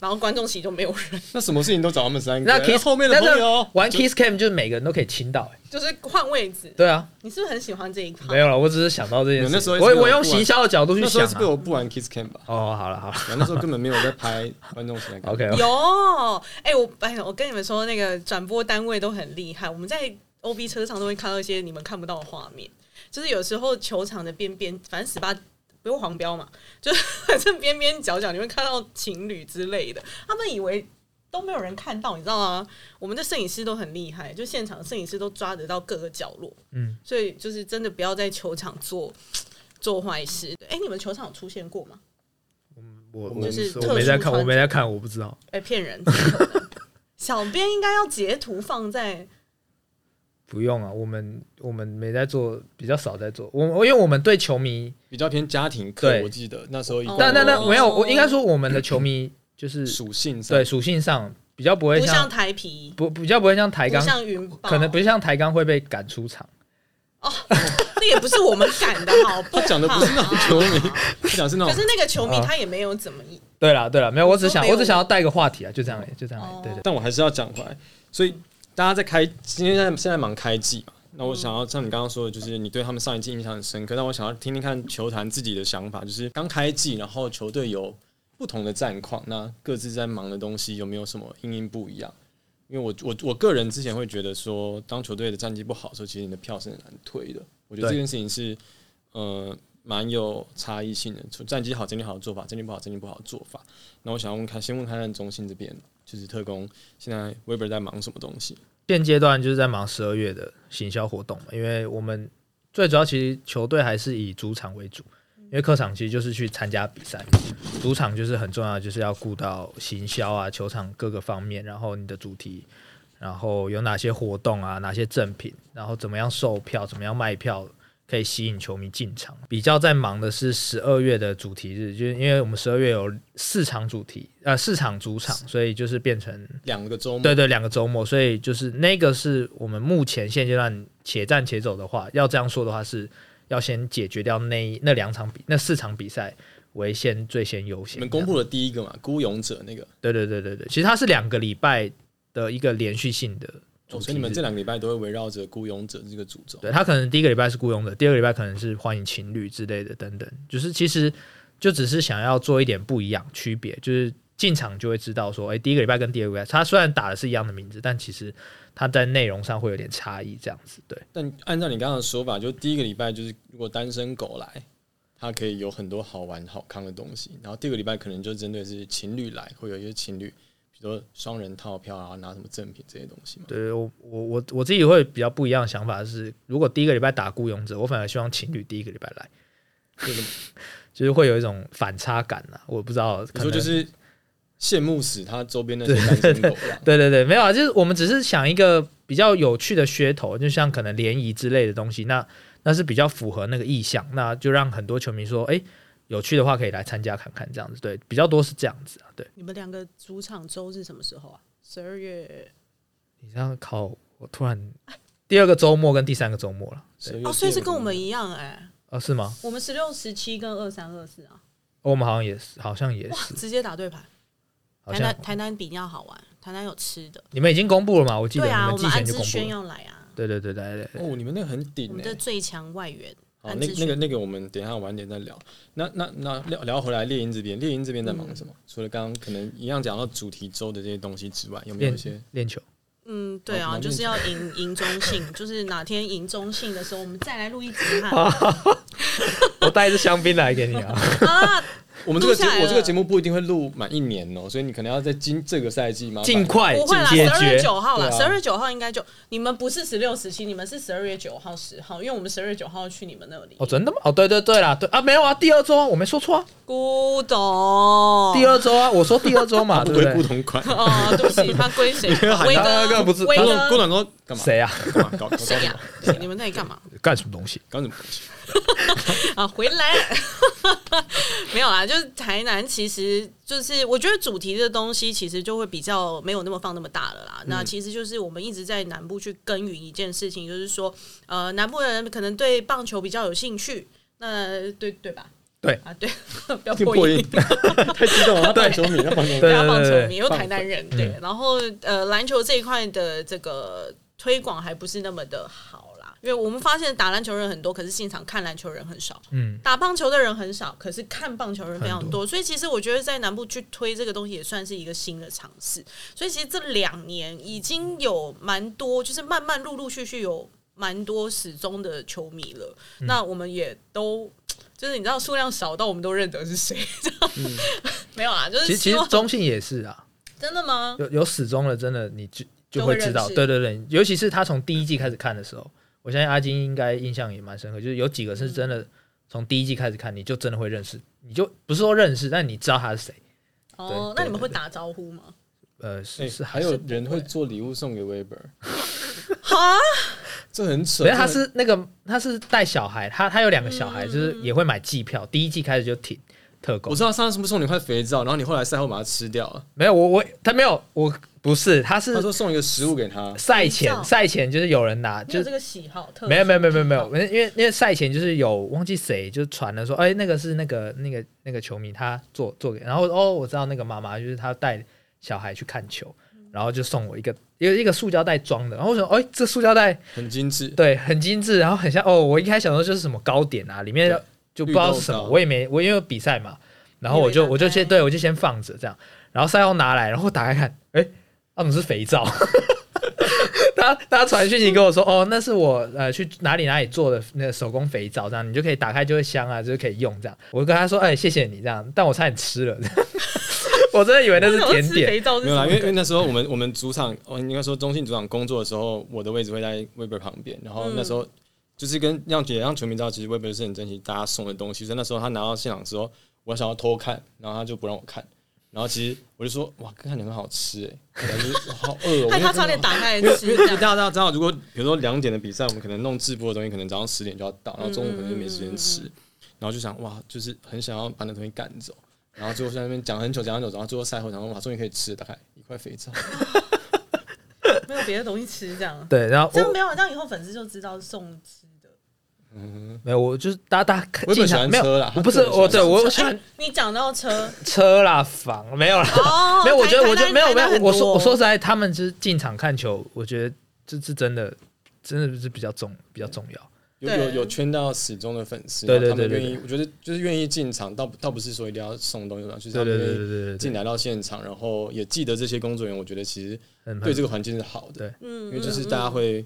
S4: 然后观众席就没有人，
S2: 那什么事情都找他们三个。
S3: 那 Kiss
S2: 后面的朋
S3: 但是
S2: 友
S3: 玩 Kiss Cam 就是每个人都可以亲到、欸，
S4: 就是换位置。
S3: 对啊，
S4: 你是不是很喜欢这一趴？
S3: 没有了，我只是想到这件事。
S2: 有那时候也是
S3: 我
S2: 有
S3: 我用
S2: 不玩
S3: 行销的角度去
S2: 那时
S3: 想、
S2: 候是被
S3: 啊。
S2: 我不玩 Kiss Cam 吧，
S3: 哦，好了好了
S2: 那时候根本没有在拍观众 席来看。
S3: ，OK，
S4: 有，哎、我哎，我跟你们说，那个转播单位都很厉害。我们在 OB 车上都会看到一些你们看不到的画面，就是有时候球场的边边，反正十八不用黄标嘛，就是 反正边边角角你会看到情侣之类的，他们以为。都没有人看到，你知道吗？我们的摄影师都很厉害，就现场摄影师都抓得到各个角落，
S3: 嗯，
S4: 所以就是真的不要在球场做做坏事。哎、你们球场有出现过吗？
S3: 我
S2: 我们就是
S4: 特
S3: 我没在
S4: 殊
S3: 看，
S4: 穿
S3: 我没在看，我不知道，
S4: 哎、骗 人！小编应该要截图放在
S3: 不用啊，我们我们没在做，比较少在做，我我因为我们对球迷，
S2: 比较偏家庭课，
S3: 对
S2: 我记得那时候一
S4: 哦
S3: 但但但
S4: 哦
S3: 没有，我应该说我们的球迷就是
S2: 属性上
S3: 对属性上比较不会
S4: 不像
S3: 像
S4: 台皮，
S3: 不比较不会像抬
S4: 不
S3: 杠，
S4: 像云豹，哦
S3: 可能不像抬杠会被赶出场，
S4: 那也不是我们赶的， 好不好？
S2: 他讲的不是那种球迷，他讲是那
S4: 可
S2: 种。
S4: 是那个球迷
S3: 啊
S4: 他也没有怎么
S3: 对啦对啦，没有，我只想
S4: 没有
S3: 我只想要带个话题啊，就这样而已就这样而已，
S4: 哦
S3: 对对，
S2: 但我还是要讲回来，所以大家在开，今天在现在忙开季嘛。那我想要像你刚刚说的，就是你对他们上一季印象很深刻，但我想要听听看球坛自己的想法，就是刚开季，然后球队有不同的战况，那各自在忙的东西有没有什么因应不一样？因为我我我个人之前会觉得说，当球队的战绩不好的时候，其实你的票是很难推的。我觉得
S3: 对
S2: 这件事情是呃蛮有差异性的，从战绩好、战绩好的做法，战绩不好、战绩不好的做法。那我想要问看，先问看看中心这边，就是特工现在 Weber 在忙什么东西？
S3: 现阶段就是在忙十二月的行销活动嘛，因为我们最主要其实球队还是以主场为主，因为客场其实就是去参加比赛，主场就是很重要，就是要顾到行销啊、球场各个方面，然后你的主题，然后有哪些活动啊、哪些赠品，然后怎么样售票、怎么样卖票。可以吸引球迷进场。比较在忙的是十二月的主题日，就是因为我们十二月有四场主题，呃，四场主场，所以就是变成
S2: 两个周末，
S3: 对对，两个周末，所以就是那个是我们目前现阶段且战且走的话，要这样说的话是要先解决掉那一那两场比那四场比赛为先最先优
S2: 你
S3: 先。
S2: 们公布了第一个嘛，孤勇者那个，
S3: 这样？对对对对对，其实它是两个礼拜的一个连续性的主
S2: 哦
S3: 题日、
S2: 所以你们这两个礼拜都会围绕着孤勇者这个主轴。
S3: 对他可能第一个礼拜是雇佣的，第二个礼拜可能是欢迎情侣之类的等等，就是其实就只是想要做一点不一样区别，就是进场就会知道说，哎、第一个礼拜跟第二个礼拜，他虽然打的是一样的名字，但其实他在内容上会有点差异，这样子对。
S2: 但按照你刚刚的说法，就第一个礼拜就是如果单身狗来，它可以有很多好玩好康的东西。然后第二个礼拜可能就针对是情侣来，会有一些情侣，比如说双人套票啊，拿什么赠品这些东西嘛。
S3: 对我我我我自己会比较不一样的想法是，如果第一个礼拜打雇佣者，我反而希望情侣第一个礼拜来，
S2: 这个
S3: 就是会有一种反差感啊，我不知道，
S2: 你
S3: 可
S2: 说
S3: 能
S2: 就是羡慕死他周边那些单身狗啦。
S3: 对对对，没有啊，就是我们只是想一个比较有趣的噱头，就像可能联谊之类的东西，那那是比较符合那个意向，那就让很多球迷说，哎，有趣的话可以来参加看看，这样子，对，比较多是这样子啊，对，
S4: 你们两个主场周是什么时候啊？十二月
S3: 你这样考，我突然第二个周末跟第三个周末了，对，
S4: 哦，所以是跟我们一样哎、
S3: 哦是吗？
S4: 我们十六、十七跟二三、二四啊，
S3: 哦我们好像也是，好像也
S4: 哇
S3: 是，，
S4: 直接打对盘。
S3: 好
S4: 台
S3: 像
S4: 南台南比较好玩，台南有吃的。
S3: 你们已经公布了嘛？我记得
S4: 对啊，
S3: 你
S4: 我
S3: 们
S4: 们
S3: 之
S4: 安
S3: 前就公
S4: 之
S3: 布
S4: 轩
S3: 了。
S4: 要来啊，
S3: 对对对对对对，
S2: 哦，你们那个很
S4: 我
S2: 顶
S4: 们
S2: 诶、
S4: 的最强外援
S2: 好，
S4: 安
S2: 哦那
S4: 之
S2: 那个
S4: 轩。
S2: 那个，我们等一下晚点再聊。那那那聊聊回来，猎鹰这边，猎
S4: 嗯
S2: 鹰这边在忙什么？除了刚刚可能一样讲到主题周的这些东西之外，有没有
S3: 练
S2: 一些
S3: 练球，
S4: 嗯，对啊，
S2: 蛮
S4: 就是要赢赢中性， 就是哪天赢中性的时候，我们再来录一集哈。
S3: 我带一支香槟来给你啊。
S4: 啊，
S2: 我们这个
S4: 录
S2: 节
S4: 下来了
S2: 我这个节目不一定会录满一年哦，所以你可能要在今这个赛季嘛，
S3: 尽快
S4: 不会啦，
S3: 解
S4: 十二月
S3: 哎决。
S4: 九号啦，
S2: 对
S4: 十
S2: 啊
S4: 二月九号应该就你们不是十六、十七，你们是十二月九号、十号，因为我们十二月九号去你们那里。
S3: 哦，真的吗？哦，对对对啦，对啊，没有啊，第二周啊，我没说错啊，
S4: 古董，
S3: 第二周啊，我说第二周嘛，
S2: 不
S3: 对不
S2: 归不
S3: 对？
S2: 同款。
S4: 哦，对不起，他归 谁？威
S3: 他
S4: 哥，
S3: 那个不是
S4: 威
S2: 郭总郭
S4: 哥，
S2: 总说干嘛？
S3: 谁啊？
S2: 干嘛搞搞什
S4: 谁
S2: 么
S4: 呀？？你们那里干嘛
S3: 干什么东西？
S2: 搞什么？
S4: 啊？回来没有啦，就是台南，其实就是我觉得主题的东西，其实就会比较没有那么放那么大了啦。那其实就是我们一直在南部去耕耘一件事情，就是说，呃，南部人可能对棒球比较有兴趣，那对对吧？
S3: 对
S4: 啊，对， 不要
S2: 这个
S4: 破
S2: 破
S4: 音
S2: 音。 太激动了，他棒球迷，他棒球
S3: 对
S2: 迷
S4: 对他棒球迷，又
S2: 棒
S4: 台南人，对，然后呃，篮球这一块的这个推广还不是那么的好啦，因为我们发现打篮球人很多，可是现场看篮球人很少，
S3: 嗯，
S4: 打棒球的人很少，可是看棒球人非常
S3: 很
S4: 多，所以其实我觉得在南部去推这个东西也算是一个新的尝试，所以其实这两年已经有蛮多，就是慢慢陆陆续续有蛮多始终的球迷了，
S3: 嗯
S4: 那我们也都。就是你知道数量少到我们都认得是谁，这样 没有啊？就是
S3: 嗯其实其
S4: 希
S3: 实
S4: 望
S3: 中性也是啊，
S4: 真的吗？
S3: 有有始终的，真的你就就
S4: 就
S3: 会
S4: 会
S3: 知道，
S4: 认识
S3: 对对对，尤其是他从第一季开始看的时候，我相信阿金应该印象也蛮深刻，就是有几个是真
S4: 嗯
S3: 的从第一季开始看，你就真的会认识，你就不是说认识，但你知道他是谁。
S4: 哦
S3: 对，
S4: 那
S3: 对
S4: 你们
S3: 对
S4: 会
S3: 对
S4: 打招呼吗？
S3: 呃，是
S2: 哎
S3: 是，
S2: 还有人会做礼物送给 Weber，
S4: 哈，
S2: 这很扯。
S3: 可是他
S2: 这个
S3: 是那个，他是带小孩，他他有两个小孩，
S4: 嗯
S3: 就是也会买季票，第一季开始就挺特供
S2: 我。知道上次不是送你一块肥皂，然后你后来赛后把它吃掉了。
S3: 没有我我他没有我不是，他是
S2: 他说送一个食物给他，
S3: 赛
S4: 肥皂
S3: 前赛前就是有人拿，
S4: 你有
S3: 就
S4: 这个喜好？特
S3: 没有没有没有没有没有，
S4: 好
S3: 因为因为因为赛前就是有忘记谁就传了说，哎、那个是那个那个那个球迷他做做给，然后哦我知道那个妈妈就是她带小孩去看球，
S4: 嗯
S3: 然后就送我一个一个一个塑胶袋装的，然后我想哎、这塑胶袋
S2: 很精致。
S3: 对很精致，然后很像哦我一开始想说就是什么糕点啊，里面
S2: 对
S3: 就不知道是什
S2: 绿
S3: 么，
S2: 豆糕
S3: 我也没我因为有比赛嘛，然后我
S4: 你以
S3: 就
S4: 为
S3: 我就
S4: 打开
S3: 先对我就先放着这样，然后赛后拿来，然后打开看，哎、啊怎么是肥皂？ 他他传讯息跟我说，哦，那是我呃去哪里哪里做的那个手工肥皂，这样你就可以打开就会香啊，就是可以用这样。我就跟他说，哎、谢谢你这样，但我差点吃了， 我真的以为那是
S4: 为什么
S3: 甜
S4: 吃
S3: 点。
S4: 肥皂是
S2: 没
S4: 什
S2: 有啦，
S4: 么
S2: 因为因为那时候我们我们主场，我应该说中信主场工作的时候，我的位置会在 Weber 旁边。然后那时
S4: 嗯
S2: 候就是跟让姐让球迷知道，其实 Weber 是很珍惜大家送的东西。所以那时候他拿到现场的时候，我想要偷看，然后他就不让我看。然后其实我就说，哇，看起来很好吃哎、欸，感觉好 饿哦。
S4: 害他差点打开来 吃，
S2: 因为大
S4: 这样
S2: 家大家知道，如果比如说两点的比赛，我们可能弄直播的东西，可能早上十点就要到，然后中午可能就没时间吃，然后就想哇，就是很想要把那东西赶走，然后最后在那边讲很久讲很久，然后最后赛后然后哇，终于可以吃了，大概一块肥皂，
S4: 没有别的东西吃，这样
S3: 对，然后
S4: 这样
S3: 我
S4: 没有，这样以后粉丝就知道是送吃的。
S3: 没有，我就是大家大家
S2: 我也
S3: 进
S2: 不喜
S3: 场
S2: 欢
S3: 没
S2: 车
S3: 有
S2: 啦，
S3: 我不是
S2: 他个人
S3: 我对
S2: 喜欢
S3: 我我喜欢
S4: 哎你讲到车
S3: 车啦房没有啦。
S4: 哦
S3: 没有，我觉得，我觉得没有，没有。我说，我说实
S4: 是
S3: 在，他们就是进场看球，我觉得这是真的，真的是比较重，比较重要。
S2: 有
S4: 对
S2: 有有圈到始终的粉丝，
S3: 对对
S2: 然后他们
S3: 对对
S2: 愿意，我觉得就是愿意进场，倒不倒不是说一定要送东西，就是
S3: 对
S2: 他
S3: 对
S2: 们
S3: 对对
S2: 愿意
S3: 对对，
S2: 进来到现场，然后也记得这些工作人员，我觉得其实
S3: 很
S2: 对
S3: 很
S2: 这个环境是好的。
S4: 嗯
S2: 因为就是大家会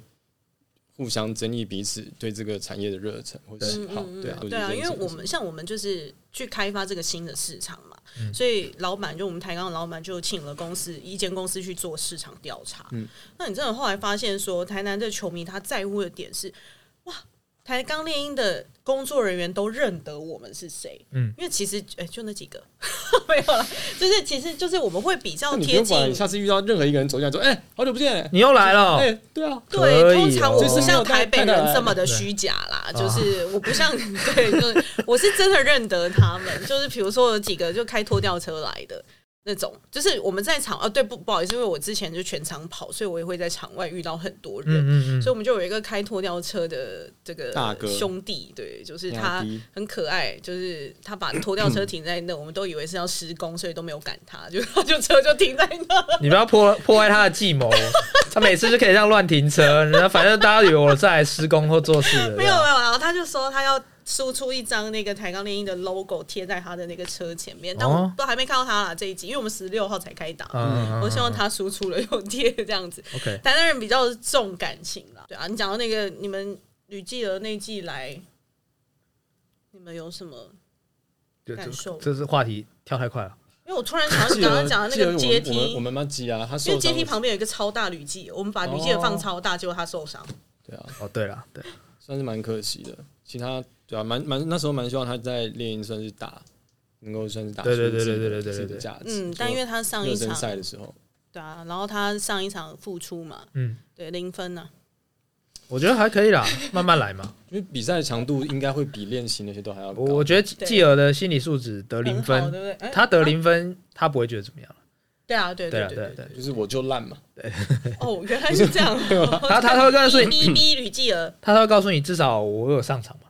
S2: 互相争议彼此对这个产业的热忱或喜好，对啊，
S4: 对啊，因为我们
S2: 是
S4: 像我们就是去开发这个新的市场嘛，
S3: 嗯
S4: 所以老板就我们台钢的老板就请了公司一间公司去做市场调查。
S2: 嗯
S4: 那你真的后来发现说，台南的球迷他在乎的点是，哇，台钢猎鹰的工作人员都认得我们是谁，
S3: 嗯，
S4: 因为其实哎、就那几个 没有了，就是其实就是我们会比较
S2: 那你不
S4: 贴
S2: 用
S4: 近
S2: 管，。下次遇到任何一个人走进来说，哎，好久不 见，
S3: 嗯你又来了，
S2: 哎，对啊，
S4: 对，
S3: 可以
S4: 通常我
S3: 哦
S4: 不像台北人这么的
S3: 对啊
S4: 虚假啦，就是我不像 对，就是我是真的认得他们，就是比如说有几个就开拖吊车来的那种，就是我们在场啊，对不不好意思，因为我之前就全场跑，所以我也会在场外遇到很多人，
S3: 嗯嗯
S4: 所以我们就有一个开拖吊车的这个
S2: 大哥
S4: 兄弟，对，就是
S2: 亚
S4: 他
S2: 迪
S4: 很可爱，就是他把拖吊车停在那，我们都以为是要 施工，所以都没有赶他，就他就车就停在那。
S3: 你不要破破坏他的计谋， 他每次就可以这样乱停车，然后反正大家以为我在施工或做事的，
S4: 没有没有，然后
S2: 啊
S4: 他就说他要输出一张那个抬杠猎鹰的 logo 贴在他的那个车前面，但我
S3: 哦
S4: 都还没看到他啦这一集，因为我们十六号才开打，
S3: 嗯，嗯，
S4: 我希望他输出了又贴这样子。
S3: OK，
S4: 台南人比较重感情啦，对啊，你讲到那个你们吕继儿那季来，你们有什么？
S3: 就
S4: 感受
S3: 就这是话题跳太快了，
S4: 因为我突然想到
S2: 记
S4: 你
S2: 得
S4: 刚刚讲的
S2: 记得
S4: 那个
S2: 我们
S4: 阶
S2: 我们我
S4: 梯。
S2: 们妈鸡啊，他受
S4: 因为
S2: 伤哦
S4: 阶梯旁边有一个超大吕记，我们把吕记儿放超大，结果他受伤。
S2: 对啊，
S3: 哦，对了，对，
S2: 算是蛮可惜的。其他对啊，蛮蛮那时候蛮希望他在猎鹰算是打能够算是打
S3: 对对
S2: 出自己
S3: 对
S2: 的
S3: 对对对对
S2: 自己的
S3: 对
S2: 价值。
S4: 嗯，但因为他上
S2: 热
S4: 一
S2: 身
S4: 场
S2: 赛的时候，
S4: 对啊，然后他上一场复出嘛，
S3: 嗯，
S4: 对，零分啊呐、
S3: 我觉得还可以啦，慢慢来嘛。
S2: 因为比赛强度应该会比练习那些都还要高。
S3: 我我觉得继
S4: 对
S3: 继尔的心理素质得零
S4: 很
S3: 分，
S4: 好对不对？哎
S3: 他得零分，他不会觉得怎么样。
S4: 对啊，对
S3: 对
S4: 对
S3: 了，对了对
S4: 对，
S3: 了，
S2: 就是我就烂嘛，
S4: 哦，原来是这样，哦
S3: 他他他会告诉你，
S4: 咪咪咪吕继儿，
S3: 他他会告诉你，至少我有上场嘛。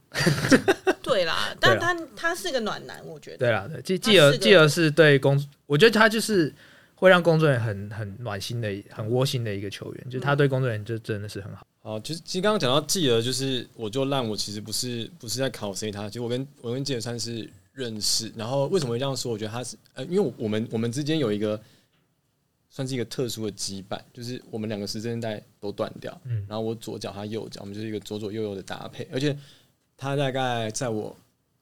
S4: 对啦，
S3: 对
S4: 但
S3: 啦
S4: 他他是个暖男，我觉得，
S3: 对啦，对，继
S4: 他
S3: 继尔
S4: 是个
S3: 继尔是对工，我觉得他就是会让工作人员很很暖心的、很窝心的一个球员，
S4: 嗯
S3: 就他对工作人员就真的是很好。
S2: 啊，就是其实刚刚讲到继儿，就是我就烂，我其实不是不是在考谁他，其实我跟我跟继儿算是认识。然后为什么会这样说？我觉得他是呃，因为我们我们之间有一个算是一个特殊的羁绊，就是我们两个时针带都断掉，
S3: 嗯
S2: 然后我左脚他右脚，我们就是一个左左右右的搭配。而且他大概在我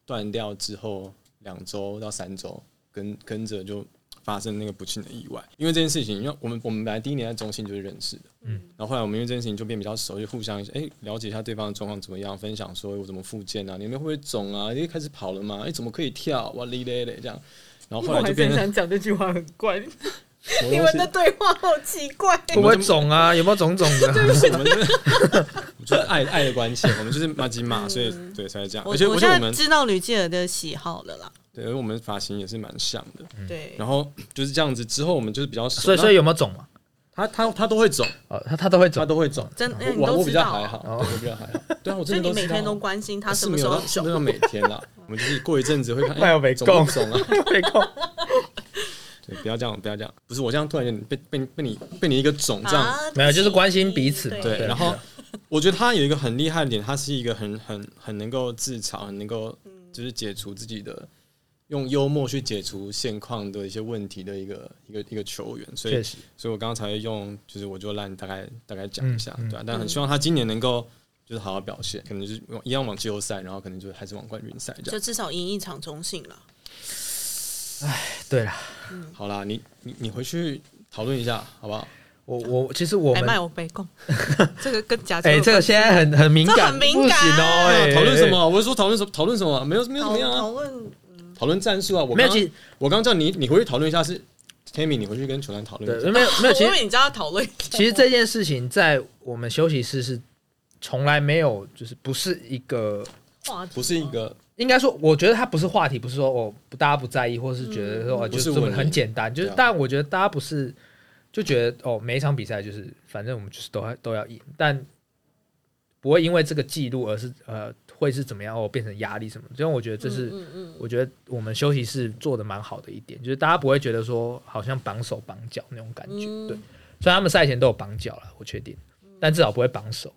S2: 断掉之后两周到三周，跟跟着就发生那个不幸的意外。因为这件事情，因为我们我们本来第一年在中心就是认识的，嗯，然后后来我们因为这件事情就变比较熟，就互相哎、了解一下对方的状况怎么样，分享说我怎么复健啊，你们会不会肿啊？哎、开始跑了吗？哎、怎么可以跳？哇哩嘞嘞这样。然后后来就变成
S4: 讲这句话很怪，
S2: 什么
S4: 你
S2: 东
S4: 们
S2: 西
S4: 的对话好奇怪。
S3: 会不会肿啊？有没有肿肿 的？
S2: 我们就是， 我就是爱爱的关系，我们就是马吉马，所以对才会这样。
S4: 嗯我
S2: 而且
S4: 我
S2: 而且我
S4: 现在
S2: 们
S4: 知道吕继儿的喜好了啦，
S2: 对，而且我们发型也是蛮像的。
S4: 对，
S2: 然后就是这样子，之后我们就是比较熟，
S3: 嗯所以所以有没有肿嘛？
S2: 他他他都会走，
S3: 哦，他他都会
S2: 他
S3: 肿。
S2: 都会走。
S4: 真哎你
S2: 我
S4: 都
S2: 我
S4: 知
S2: 比较
S4: 道
S2: 还
S4: 啊，
S2: 好，
S3: 哦
S2: 对我比较还好。对啊，我
S4: 所
S2: 真
S4: 以
S2: 的
S4: 你
S2: 都
S4: 每
S2: 知道啊
S4: 天都关心他
S2: 是
S4: 什么
S2: 没
S4: 时
S2: 有
S4: 候
S2: 到
S4: 走
S2: 没有到每天啦，我们就是过一阵子会 看，
S3: 快
S2: 哎，
S3: 要被
S2: 肿不
S3: 供
S2: 肿啊？
S3: 被控
S2: 对，不要这样，不要这样，不是我这样突然间被被被你被你一个肿这样，
S4: 啊
S3: 没有就是关心彼此嘛
S4: 对
S2: 对，然后我觉得他有一个很厉害的点，他是一个很很很能够自嘲，很能够就是解除自己的用幽默去解除现况的一些问题的一个一个一个球员，所以
S3: 确实，
S2: 所以我刚才用就是我就让你大概大概讲一下，
S3: 嗯嗯
S2: 对、啊，但很希望他今年能够就是好好表现，可能就是往一样往季后赛，然后可能就还是往冠军赛这样。
S4: 就至少赢一场中性了。
S3: 对啦，
S2: 好啦，你你你回去讨论一下好不好？
S3: 我我其实我
S4: 哎，
S3: 们
S4: 卖我杯供，这个跟假球
S3: 哎，
S4: 有
S3: 这个
S4: 关系
S3: 现在很很敏
S4: 这
S3: 感，
S4: 很敏
S3: 不行哦，哎，
S2: 讨论什？么？我是说讨论什么？讨论什么？没有没有怎么样
S4: 讨
S2: 啊？
S4: 论
S2: 讨论战术啊？我
S3: 没有，
S2: 刚
S3: 其实
S2: 我刚刚叫你，你回去讨论一下是 Tammy，你回去跟球团讨论一下
S3: 对，。没有没有，其
S4: 因
S3: 实
S4: 为你知道讨论
S3: 其实这件事情在我们休息室是从来没有，就是不是一个，
S4: 话题
S2: 不是一个，
S3: 应该说，我觉得它不是话题，不是说我不大家不在意，或是觉得说、哦
S2: 嗯不
S3: 就是这么
S2: 文明
S3: 很简单，就是
S2: 对啊，
S3: 但我觉得大家不是就觉得哦，每一场比赛就是反正我们就是都要都要赢，但不会因为这个记录而是呃会是怎么样哦变成压力什么，所以我觉得这是。
S4: 嗯嗯嗯
S3: 我觉得我们休息室做的蛮好的一点，就是大家不会觉得说好像绑手绑脚那种感觉，
S4: 嗯
S3: 对。虽然他们赛前都有绑脚了，我确定，
S2: 嗯
S3: 但至少不会绑手。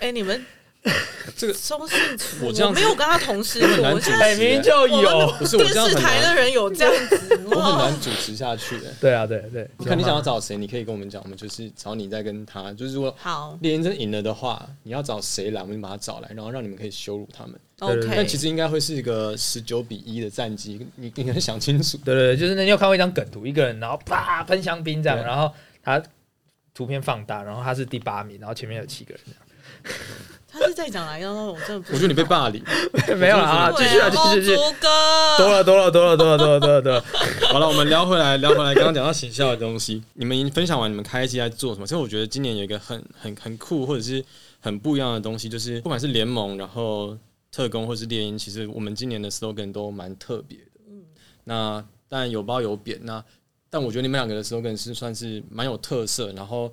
S4: 哎、你们
S2: 这个
S4: 中信处，
S2: 我这样子
S4: 没有跟他同事
S2: 很
S4: 过，
S2: 难
S4: 我现
S2: 解
S4: 在
S2: 哎明明
S3: 就
S4: 我 们
S2: 不是我
S4: 电
S2: 这样
S4: 视
S2: 很
S4: 台
S2: 难，
S4: 的人有这样子吗？
S2: 我很难主持下去的。
S3: 对啊，对对，
S2: 看你想要找谁，你可以跟我们讲，我们就是找你再跟他。就是如果
S4: 好
S2: 猎鹰真赢了的话，你要找谁来，我们就把他找来，然后让你们可以羞辱他们。
S3: 对对对
S2: 但
S4: ，OK，
S2: 其实应该会是一个十九比一的战绩，你你可能想清楚。
S3: 对对对，就是那你有看过一张梗图，一个人然后啪喷香槟这样，
S2: 对
S3: 然后他图片放大，然后他是第八名，然后前面有七个人
S4: 他是在讲来的，我真的不
S2: 我觉得你被霸凌。
S3: 这样，没有了啊，继续啊，继续继续，
S4: 竹哦哥，
S3: 多了多了多了多了多了多了多了，
S2: 好了，我们聊回来，聊回来，刚刚讲到行销的东西， 你们分享完你们开机在做什么？其实我觉得今年有一个很很很酷，或者是很不一样的东西，就是不管是联盟，然后特工，或是猎鹰，其实我们今年的 slogan 都蛮特别的。嗯，那当然有褒有贬，那但我觉得你们两个的 slogan 是算是蛮有特色，然后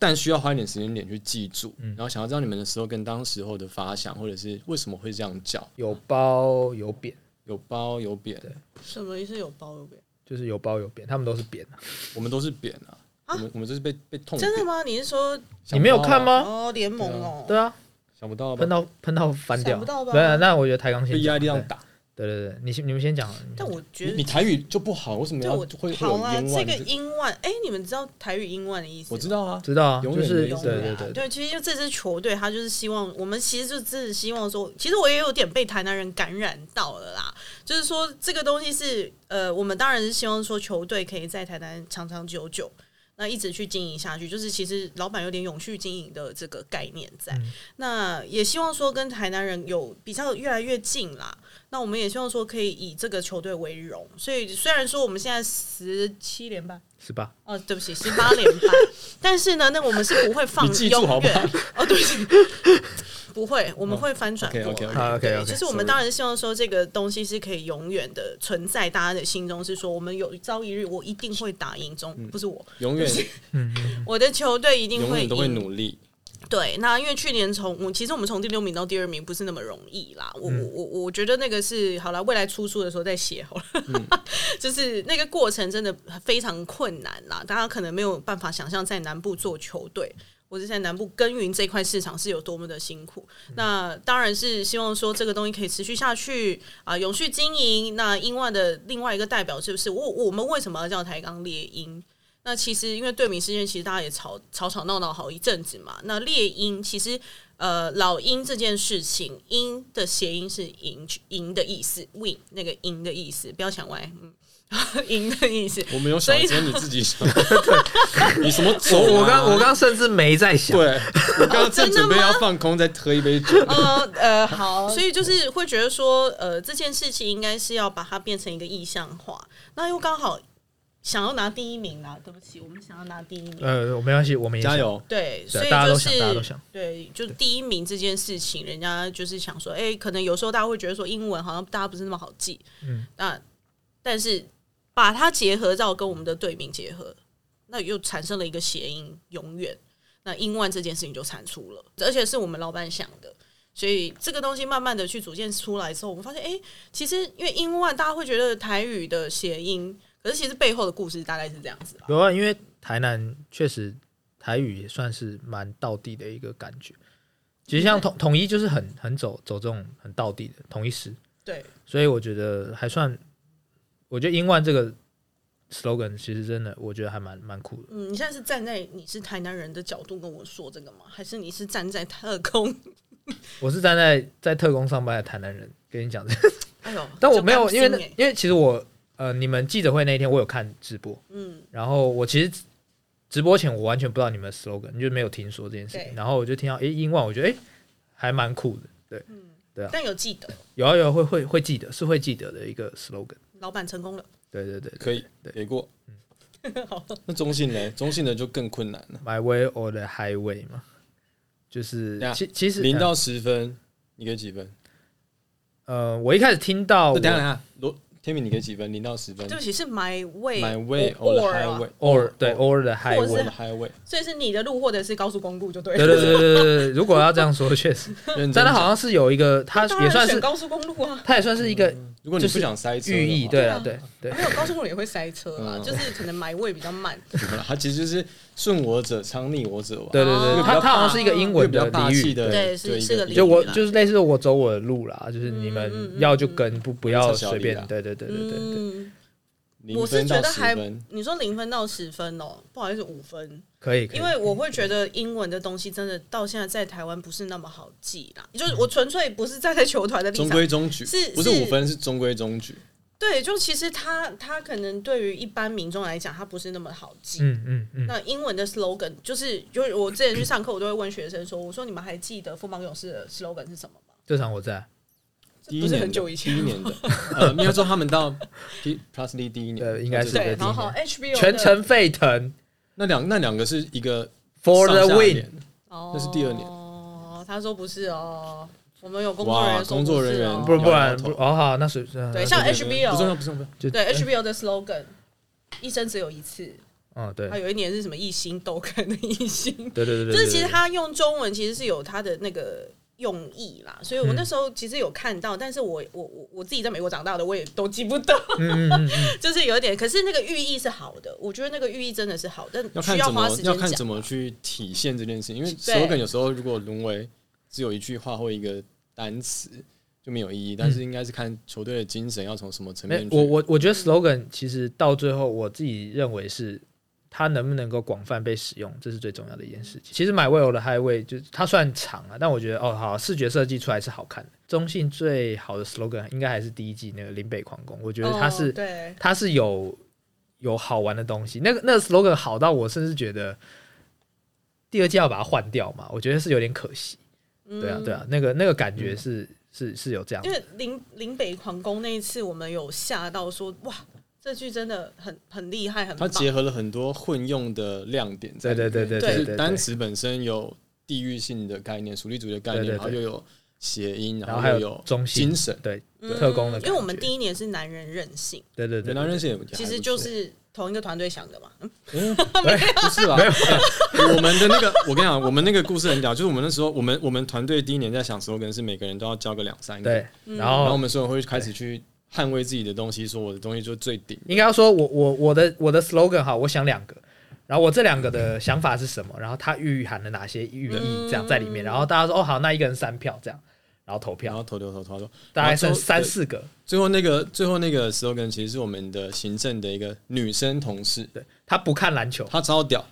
S2: 但需要花一点时间点去记住。然后想要知道你们的 slogan 当时候的发想，或者是为什么会这样叫，
S3: 有包有扁，
S2: 有褒有贬，
S4: 什么意思？有包有扁
S3: 就是有包有扁，他们都是扁的，
S2: 我们都是贬啊。我们我们就是被被痛扁。
S4: 真的吗？你是说
S2: 想不到吧啊
S3: 你没有看？吗？
S4: 哦联盟哦？
S3: 对啊，
S2: 想不到吧
S3: 喷？到喷到翻掉，
S4: 想不到吧
S3: 没有，那我觉得抬杠先
S2: 被
S3: 讲
S2: 压力这样打，
S3: 对对对，你先你们先讲。你们先
S4: 但我觉
S2: 你
S4: 得
S2: 你台语就不好，为什么
S4: 就
S2: 要
S4: 我
S2: 会会
S4: 好
S2: 有
S4: 啦，
S2: 冤
S4: 这
S2: 枉
S4: 个
S2: 的？
S4: 英万，哎、你们知道台语英万的意思吗？
S2: 我知道啊，
S3: 知道啊，
S2: 永
S3: 就
S2: 远
S3: 是
S2: 没有
S3: 对
S2: 啊
S3: 对对对，
S4: 对，其实就这支球队，他就是希望我们其实就只是希望说，其实我也有点被台南人感染到了啦。就是说，这个东西是呃，我们当然是希望说球队可以在台南长长久久，那一直去经营下去。就是其实老板有点永续经营的这个概念在，那也希望说跟台南人有比较越来越近啦。那我们也希望说可以以这个球队为荣。所以虽然说我们现在十七连败。
S3: 是吧？
S4: 哦，对不起，十八连败。但是呢，那我们是不会放
S2: 你记住好
S4: 永
S2: 不好哦
S4: 远。哦，对不起， 不会，我们会翻转过来。
S2: OK，OK，OK
S3: 好 OK
S4: 对，
S3: OK，
S4: 就是我们当然希望说这个东西是可以永远的存在大家的心中，是说我们有朝一日我一定会打赢中，不是我，
S2: 永远
S4: 我的球队一定
S2: 嗯永
S4: 会
S2: 远都会
S4: 赢。
S2: 努力。
S4: 对，那因为去年从我其实我们从第六名到第二名不是那么容易啦，我、我我我觉得那个是好了，未来出书的时候再写好了， 就是那个过程真的非常困难啦，大家可能没有办法想象在南部做球队。或者在南部耕耘这块市场是有多么的辛苦，那当然是希望说这个东西可以持续下去啊、永续经营。那英外的另外一个代表是不是我？我们为什么要叫台钢猎鹰？那其实因为对名事件，其实大家也吵吵吵闹闹好一阵子嘛。那猎鹰其实呃老鹰这件事情，鹰的谐音是赢赢的意思，win 那个赢的意思，不要想歪，嗯，赢的意思。
S2: 我没有想
S4: 所，以
S2: 只有你自己 想。你什么种啊？
S3: 我我刚我刚甚至没在想，
S2: 对， 我刚刚正准备要放空，再喝一杯
S3: 哦
S2: 酒。
S4: 呃呃，好，所以就是会觉得说，呃，这件事情应该是要把它变成一个意象化。那又刚好想要拿第一名啦，对不起，我们想要拿第一名。
S3: 呃，没关系，我们也想
S2: 加。油！
S4: 对，所以
S3: 啊大家
S4: 就
S3: 都想
S4: 是
S3: 大家都想
S4: 对，就第一名这件事情，人家就是想说，哎、可能有时候大家会觉得说英文好像大家不是那么好记，
S3: 嗯，
S4: 那但是把它结合到跟我们的队名结合，那又产生了一个谐音“永远”，那英万这件事情就产出了，而且是我们老板想的。所以这个东西慢慢的去组建出来之后，我们发现，哎、其实因为英万大家会觉得台语的谐音，可是其实背后的故事大概是这样子吧。
S3: 有啊，因为台南确实台语也算是蛮道地的一个感觉。其实像统统一就是很很走走这种很道地的统一师，
S4: 对，
S3: 所以我觉得还算，我觉得英万这个 slogan 其实真的我觉得还蛮蛮酷的。
S4: 嗯，你现在是站在你是台南人的角度跟我说这个吗？还是你是站在特工？
S3: 我是站在在特工上班的台南人跟你讲这个，
S4: 哎呦，
S3: 但我
S4: 就
S3: 没有
S4: 甘
S3: 因
S4: 心
S3: 为那
S4: 欸
S3: 因为其实我呃你们记者会那一天我有看直播，
S4: 嗯，
S3: 然后我其实直播前我完全不知道你们的 slogan，就没有听说这件事
S4: 对
S3: 情。然后我就听到诶英万，我觉得诶还蛮酷的。对，
S4: 但有记得，
S3: 有啊有啊会会会记得，是会记得的一个 slogan。
S4: 老板成功了。
S3: 对对对
S2: 可以
S3: 对
S2: 给过。
S4: 嗯
S2: 那中性呢？中性的就更困难了。
S3: ，My way or the highway 嘛，就是
S2: 等一下
S3: 其其实
S2: 零到十分，你给几分？
S3: 呃，我一开始听到
S2: 那
S3: 我
S2: 等一下等一下，罗天明，你给几分？零到十分
S4: 对不起，是 my way
S2: ，My way or
S4: or
S2: the highway，
S3: or 哦对 or the
S4: 或者
S2: or
S3: highway。
S2: the highway，
S4: 啊所以是你的路或者是高速公路就对
S3: 对
S4: 了。
S3: 对对对对对，如果要这样说，确实，
S2: 认
S3: 但
S2: 真
S3: 它好像是有一个，它
S4: 当
S3: 也
S4: 然
S3: 算
S4: 选
S3: 是，
S4: 高速公路啊，
S3: 它也算是一个
S2: 讲。如果你不想塞车的话，
S3: 寓意，对啊，对对
S4: 没有高速公路也会塞车啊，
S2: 嗯
S4: 就是可能 my way 比较慢。
S2: 它其实就是顺我者昌，逆我者亡。
S3: 对对对，它它好像是一个英
S2: 因
S3: 文
S2: 为哦比
S3: 的
S2: 较
S3: 俚
S2: 霸
S3: 语
S2: 气，的，
S4: 哦对是
S2: 一
S4: 是个俚语
S3: 就我
S4: 啦
S3: 就是类似我走我的路啦，就是你
S4: 嗯嗯
S3: 们
S4: 嗯
S3: 要就跟，不不要随便
S2: 嗯。
S3: 对对对对对对，
S4: 嗯，
S2: 零
S4: 我是
S2: 分
S4: 觉
S2: 到
S4: 得
S2: 十
S4: 还
S2: 分，，
S4: 你说零分到十分哦，不好意思，五分。
S3: 可以可以。
S4: 因为我会觉得英文的东西真的到现在在台湾不是那么好记啦，就是我纯粹不是站在球团的立
S2: 中
S4: 场
S2: 规中矩，
S4: 是
S2: 不是
S4: 是
S2: 五分是中规中矩。
S4: 对，就其实它它可能对于一般民众来讲，它不是那么好记。
S3: 嗯嗯嗯，
S4: 那英文的 slogan 就是，就是我之前去上课，我都会问学生说：“我说你们还记得富邦勇士的 slogan 是什么吗
S3: 这场我在，
S2: 第一
S4: 不是
S2: 年
S4: 很
S2: 的，
S4: 久以前
S2: 第一 年的，呃，应该说他们到 P Plus D 第一年，
S3: 对应该是？”
S2: 就是
S3: 对
S4: 对，然后
S3: 第一
S4: HBO
S3: 全
S4: 的
S3: 程沸腾
S2: 那两那两个是一个
S3: ，For
S2: 上
S3: the
S2: 下
S3: win，
S2: 联
S4: 哦，
S2: 那是第二年
S4: 哦，他说不是哦，我们有工作人
S2: 哇
S4: 员说
S2: 工作
S4: 不是
S2: 人员
S4: 哦
S3: 不不然
S2: 摇
S3: 不
S2: 头
S3: 哦好，那是那
S4: 对，
S3: 是
S4: 像
S2: 啊对对对
S4: HBO
S2: 不重要不重要不重
S3: 就
S4: 对 HBO 的 slogan，一生只有一次。
S3: 嗯对
S4: 他
S3: 对
S4: 有一年是什么一心斗梗的一心，
S3: 对对对，
S4: 就是其实
S3: 对
S4: 他用中文其实是有他的那个用意啦，所以
S3: 嗯
S4: 我那时候其实有看到，但是我我我我自己在美国长大的，我也都记不得，
S3: 嗯嗯嗯嗯，
S4: 就是有一点。可是那个寓意是好的，我觉得那个寓意真的是好，但
S2: 要看
S4: 需要
S2: 怎
S4: 花
S2: 么
S4: 时
S2: 要
S4: 间
S2: 看
S4: 讲。啊
S2: 怎么去体现这件事情，因为
S4: 对
S2: slogan 有时候如果沦为只有一句话或一个单词就没有意义，但是应该是看球队的精神要从什么层
S3: 嗯没
S2: 面去。
S3: 我我我觉得 slogan 其实到最后，我自己认为是它能不能够广泛被使用，这是最重要的一件事情。其实 My Way or the Highway 就是它虽然长啊，但我觉得哦好，视觉设计出来是好看的。中信最好的 slogan 应该还是第一季那个林北狂攻，我觉得它是、
S4: 哦、对，
S3: 它是有有好玩的东西。那个那个 slogan 好到我甚至觉得第二季要把它换掉嘛，我觉得是有点可惜。对啊
S4: 嗯
S3: 对啊，那个那个感
S2: 嗯
S3: 觉是、是是有这样的
S4: 因。为林林北皇宫那一次，我们有吓到说哇，这句真的很很厉害，很
S2: 它
S4: 棒。
S2: 结合了很多混用的亮点在里
S3: 对
S2: 面，
S3: 对对对
S2: 就
S4: 对
S2: 是
S3: 对
S2: 单词本身有地域性的概念、属地主义的概
S3: 对对
S2: 念，
S3: 对
S2: 然后又有谐音，
S3: 然后还
S2: 后
S3: 有
S2: 又有
S3: 中性
S2: 精神，
S3: 对
S4: 嗯
S3: 特工的感
S4: 因
S3: 觉，
S4: 为我们第一年是男人任性，
S3: 对对对
S2: 人，男人性也还
S4: 其
S2: 不
S4: 实
S2: 错
S4: 就是同一个团队想的嘛。嗯
S2: 嗯，不是吧？ 我们的那个，我跟你讲，我们那个故事很屌，就是我们那时候，我们我们团队第一年在想 slogan 是每个人都要交个两三个，
S3: 对，
S4: 嗯
S3: 哦然
S2: 然后我
S3: 后
S2: 们所有人会开始去捍卫自己的东西，说我的东西就最顶。
S3: 应该要说我我我的我的 slogan 哈，我想两个，然后我这两个的想法是什么，然后它蕴含了哪些寓意
S4: 嗯
S3: 这样在里面，然后大家说哦好，那一个人三票这样，然后投
S2: 然
S3: 票，
S4: 嗯
S2: 后投投投投投，
S3: 大概剩
S2: 然后最
S3: 三
S2: 后
S3: 四个，
S2: 最后那个最后那个 slogan 其实是我们的行政的一个女生同事，
S3: 对他不看篮球，
S2: 她超屌，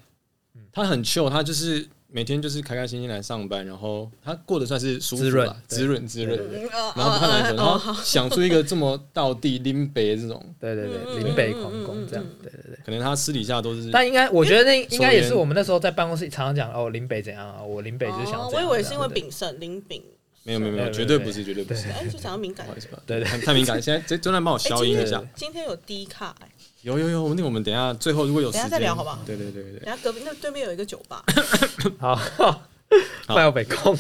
S2: 她很 chill，她就是每天就是开开心心来上班，然后她过得算是舒服
S3: 滋润
S2: 啦滋润滋润
S3: 对对，
S4: 呃
S2: 然后不看篮球，
S4: 呃
S2: 然后想出一个这么道地拎北这种，
S3: 对对对，
S4: 嗯
S3: 林北
S4: 嗯
S3: 狂
S4: 嗯
S3: 攻
S4: 嗯
S3: 这样
S4: 嗯，
S3: 对对对。
S2: 可能她私底下都是
S3: 但应该，我觉得那应该也是
S2: 首先
S3: 我们那时候在办公室常常讲哦，林北怎样啊，我林北就是想要
S4: 哦
S3: 怎
S4: 我以
S3: 样。
S4: 为是因为
S3: 这样
S4: 丙胜林 丙，
S2: 没有没有没有，
S3: 对对
S2: 绝对不是，绝对不是。
S4: 哎，就想要敏感
S2: 不好。意思吧，
S3: 对对
S2: 太太敏感，现在这中段帮我消音一下
S3: 哎。
S4: 今天有低卡，哎
S2: 有有有，那个我们等一下最后如果有时
S4: 等一
S2: 间
S4: 下再聊好不好
S2: 对对对对对，
S4: 人家隔壁那对面有一个酒吧，
S3: 好， 快要被控。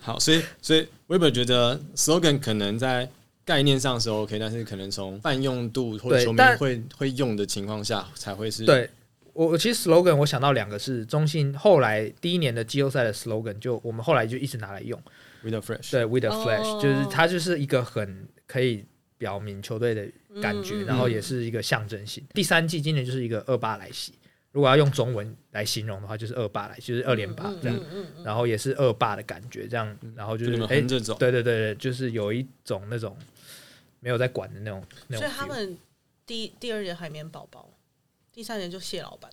S2: 好，所以所以 Weber 觉得 slogan 可能在概念上是 OK，但是可能从泛用度或者
S3: 对
S2: 球迷
S3: 但
S2: 会会用的情况下才会是。
S3: 对我，我其实 slogan 我想到两个是中信后来第一年的季后赛的 slogan，就我们后来就一直拿来用。
S2: With a fresh，
S3: 对，with a
S4: 哦
S3: flash，、就是它就是一个很可以表明球队的感觉，
S4: 嗯嗯
S3: 然后也是一个象征性。第三季今年就是一个二八来袭，如果要用中文来形容的话，就是二八来，就是二连八
S4: 嗯
S3: 这样，
S4: 嗯嗯
S3: 然后也是二霸的感觉，这样，然后就
S2: 就是你们
S3: 哎，
S2: 横着走
S3: 对对对对，就是有一种那种没有在管的那种那种
S4: 嗯，所
S3: feel。
S4: 以他们第第二年海绵宝宝，第三年就蟹老板，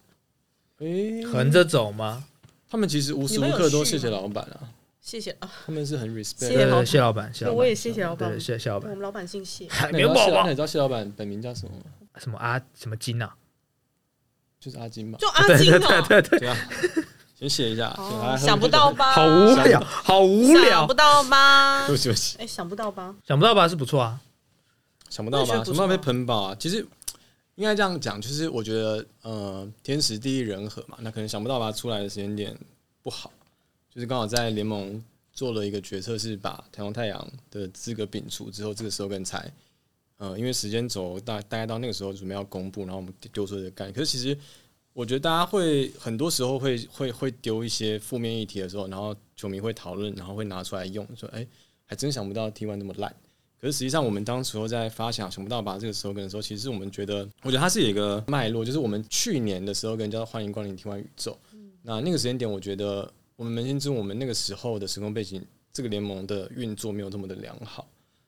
S2: 诶，
S3: 横着走吗？
S2: 他们其实无时
S4: 你
S2: 无
S4: 们有
S2: 刻都
S4: 续
S2: 谢谢
S4: 吗
S2: 老板啊，
S4: 谢谢啊，
S2: 他们是很 respect
S3: 对
S4: 谢谢
S2: 的。
S3: 对
S4: 老
S3: 对
S4: 板
S3: 谢老板，谢老板，
S4: 我也谢谢老板
S3: 对，谢谢老
S4: 我
S3: 板
S4: 们。老板姓谢，
S3: 海
S2: 那你
S3: 绵
S2: 知道
S3: 宝
S2: 谢老
S3: 宝
S2: 那你知道谢老板本名叫什么吗？
S3: 什么阿什么金啊？
S2: 就是阿金吧。
S4: 就阿金哦，
S3: 对对，
S2: 对啊，先写一下。先来
S4: 哦
S2: 喝
S4: 想不
S2: 个
S4: 到
S2: 酒？
S4: 吧？
S3: 好无聊，好无
S4: 想
S3: 聊
S4: 不，到 吧
S2: 对？不起对不起。
S4: 哎，想不到吧？
S3: 想不到吧？是不错啊，
S2: 想不到
S4: 我也
S2: 吧？
S4: 觉得
S2: 想不
S4: 不
S2: 到
S4: 错
S2: 被喷爆啊！其实应该这样讲，就是我觉得，呃，天时地利人和嘛，那可能想不到吧出来的时间点不好，就是刚好在联盟做了一个决策，是把台湾太阳的资格摒除之后，这个时候跟才，呃，因为时间轴大大概到那个时候准备要公布，然后我们丢出这个概念。可是其实我觉得大家会很多时候会会会丢一些负面议题的时候，然后球迷会讨论，然后会拿出来用，说哎、还真想不到 T one 那么烂。可是实际上，我们当时候在发想“想不到吧”这个 slogan 的时候，其实我们觉得，我觉得它是有一个脉络，就是我们去年的 slogan 叫“欢迎光临天外宇宙”。那那个时间点，我觉得我们扪心自问，我们那个时候的时空背景，这个联盟的运作没有这么的良好。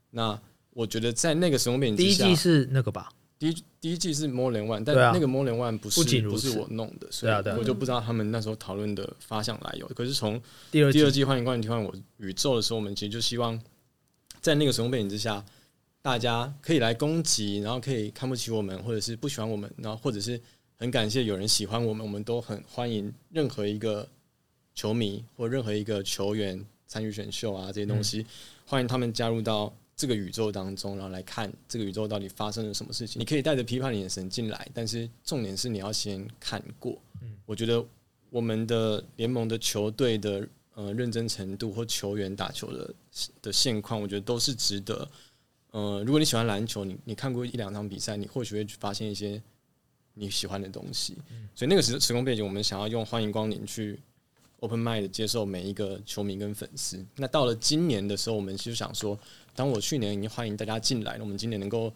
S2: 那我觉得在那个时空背景
S3: 第
S2: 之
S3: 一
S2: 下，
S3: 季是那个吧？
S2: 第一第一季是 More Than One，但
S3: 对啊
S2: 那个 More Than One 不是
S3: 不仅如
S2: 不
S3: 此
S2: 是我弄的，所
S3: 对啊对啊
S2: 以我就不知道他们那时候讨论的发向来由。可是从
S3: 第二
S2: 第二
S3: 季
S2: 季《欢迎光临替换我宇宙》的时候，我们其实就希望在那个时空背景之下，大家可以来攻击，然后可以看不起我们，或者是不喜欢我们，然后或者是很感谢有人喜欢我们，我们都很欢迎任何一个球迷或任何一个球员参与选秀啊这些东西，欢迎他们加入到。这个宇宙当中，然后来看这个宇宙到底发生了什么事情。你可以带着批判的眼神进来，但是重点是你要先看过。我觉得我们的联盟的球队的呃认真程度或球员打球的的现况，我觉得都是值得。呃，如果你喜欢篮球，你你看过一两场比赛，你或许会发现一些你喜欢的东西。所以那个时时空背景，我们想要用欢迎光临去 open mind 接受每一个球迷跟粉丝。那到了今年的时候，我们就想说，当我去年已经欢迎大家进来了，我们今年能够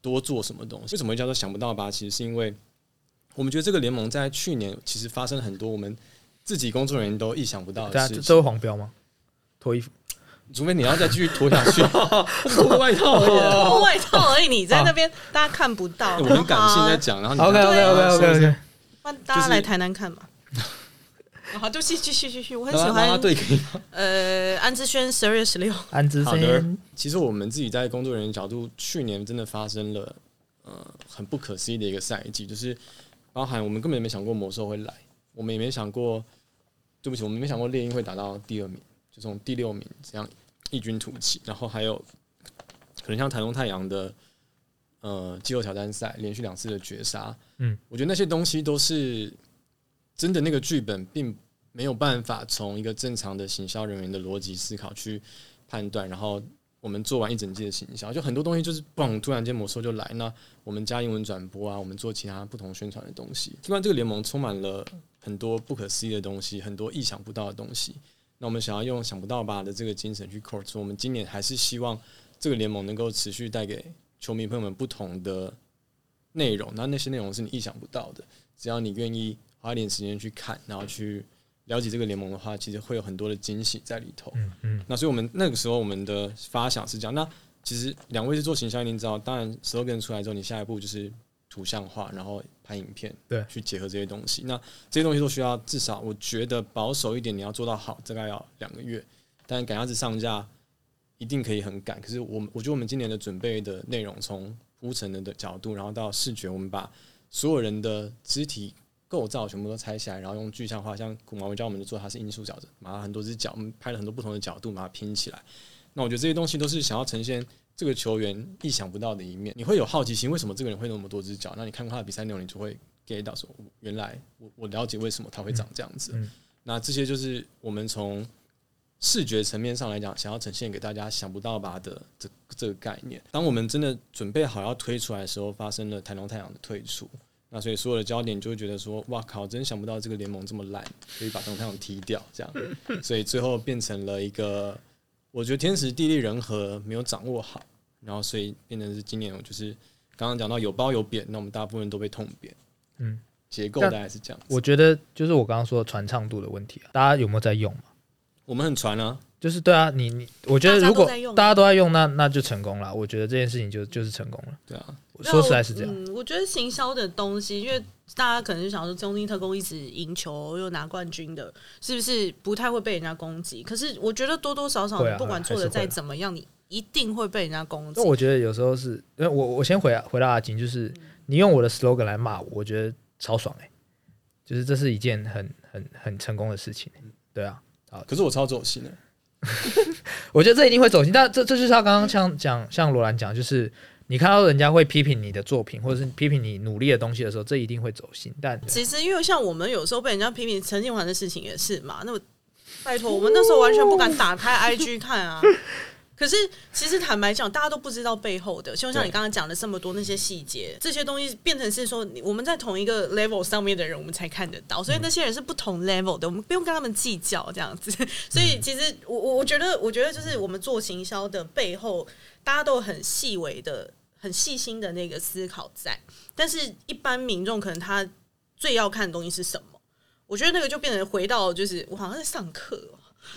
S2: 多做什么东西？为什么会叫做想不到吧？其实是因为我们觉得这个联盟在去年其实发生了很多我们自己工作人员都意想不到
S3: 对
S2: 的
S3: 啊，
S2: 事
S3: 这
S2: 情。
S3: 这会黄标吗？脱衣服，
S2: 除非你要再继续拖下去，脱外
S4: 哎
S2: 套而已啊。
S4: 脱外套而已，你在那
S3: 哦
S4: 边大家看不到。
S2: 哎我们感性
S4: 好
S2: 在
S4: 啊，
S2: 讲，然后你
S3: OK OK OK OK OK，
S4: 那大家来台南看嘛。 好，就继续继续继续，我很喜
S2: 然后啦啦
S4: 欢
S2: 队可以吗
S4: 呃安之轩十二月十六，
S3: 安之
S2: 好的
S3: 森，
S2: 其实我们自己在工作人员角度，去年真的发生了呃很不可思议的一个赛季，就是包含我们根本没想过魔兽会来，我们也没想过，对不起，我们没想过猎鹰会打到第二名，就从第六名这样异军突起，然后还有可能像台中太阳的呃季后挑战赛连续两次的绝杀，
S3: 嗯，
S2: 我觉得那些东西都是真的那个剧本并没有办法从一个正常的行销人员的逻辑思考去判断，然后我们做完一整季的行销，就很多东西就是嘣，突然间魔兽就来。那我们加英文转播啊，我们做其他不同宣传的东西。尽管这个联盟充满了很多不可思议的东西，很多意想不到的东西。那我们想要用想不到吧的这个精神去 c o a c 我们今年还是希望这个联盟能够持续带给球迷朋友们不同的内容。那那些内容是你意想不到的，只要你愿意花一点时间去看，然后去了解这个联盟的话，其实会有很多的惊喜在里头。
S3: 嗯嗯，
S2: 那所以我们那个时候我们的发想是这样。那其实两位是做行销，一定知道，当然 slogan 出来之后，你下一步就是图像化，然后拍影片，
S3: 对
S2: 去结合这些东西。那这些东西都需要至少我觉得保守一点，你要做到好，大概要两个月。但赶鸭子上架一定可以很赶。可是我们我觉得我们今年的准备的内容，从铺陈的角度，然后到视觉，我们把所有人的肢体构造全部都拆起来，然后用具象化，像古毛文教我们就做，它是因素角的，把它很多只脚，我们拍了很多不同的角度，把它拼起来。那我觉得这些东西都是想要呈现这个球员意想不到的一面，你会有好奇心，为什么这个人会那么多只脚？那你看过他的比赛内容，你就会 get 到说，哦原来我我了解为什么他会长这样子。
S3: 嗯嗯
S2: 那这些就是我们从视觉层面上来讲，想要呈现给大家想不到吧的这这个概念。当我们真的准备好要推出来的时候，发生了台龙太阳的退出。那所以所有的焦点就会觉得说，哇靠，真想不到这个联盟这么烂，可以把台龙太阳踢掉这样，所以最后变成了一个我觉得天时地利人和没有掌握好，然后所以变成是今年我就是刚刚讲到有褒有贬，那我们大部分都被痛扁，
S3: 嗯，
S2: 结构
S3: 但
S2: 大概是这样子。
S3: 我觉得就是我刚刚说的传唱度的问题啊，大家有没有在用嘛？
S2: 我们很传啊，
S3: 就是对啊，你你，我觉得如果
S4: 大家都在用
S3: 大家都在用，那那就成功了。啊我觉得这件事情就就是成功了。
S2: 对啊，
S3: 说实在是这样，
S4: 嗯，我觉得行销的东西，因为大家可能就想说中心特工一直赢球又拿冠军的，是不是不太会被人家攻击？可是我觉得多多少少，
S3: 会啊
S4: 你不管做
S3: 还
S4: 的
S3: 是会
S4: 再
S3: 啊
S4: 怎么样，你一定会被人家攻击
S3: 那。我觉得有时候是，因为我我先回回答阿金，
S2: 嗯
S3: 就是你用我的 slogan 来骂我，我觉得超爽哎、就是这是一件很很很成功的事情、对啊，
S2: 可是我超走心的，
S3: 我觉得这一定会走心，但这这就是他刚刚像讲像罗兰讲，就是你看到人家会批评你的作品，或者是批评你努力的东西的时候，这一定会走心。但
S4: 其实因为像我们有时候被人家批评陈建环的事情也是嘛，那我拜托，我们那时候完全不敢打开 IG 看啊。可是，其实坦白讲，大家都不知道背后的，就像你
S2: 对
S4: 刚刚讲的这么多那些细节，这些东西变成是说，你我们在同一个 level 上面的人，我们才看得到，所以那些人是不同 level 的，我们不用跟他们计较这样子。 所以，其实我我我觉得，我觉得就是我们做行销的背后，大家都有很细微的、很细心的那个思考在，但是一般民众可能他最要看的东西是什么？我觉得那个就变成回到就是我好像在上课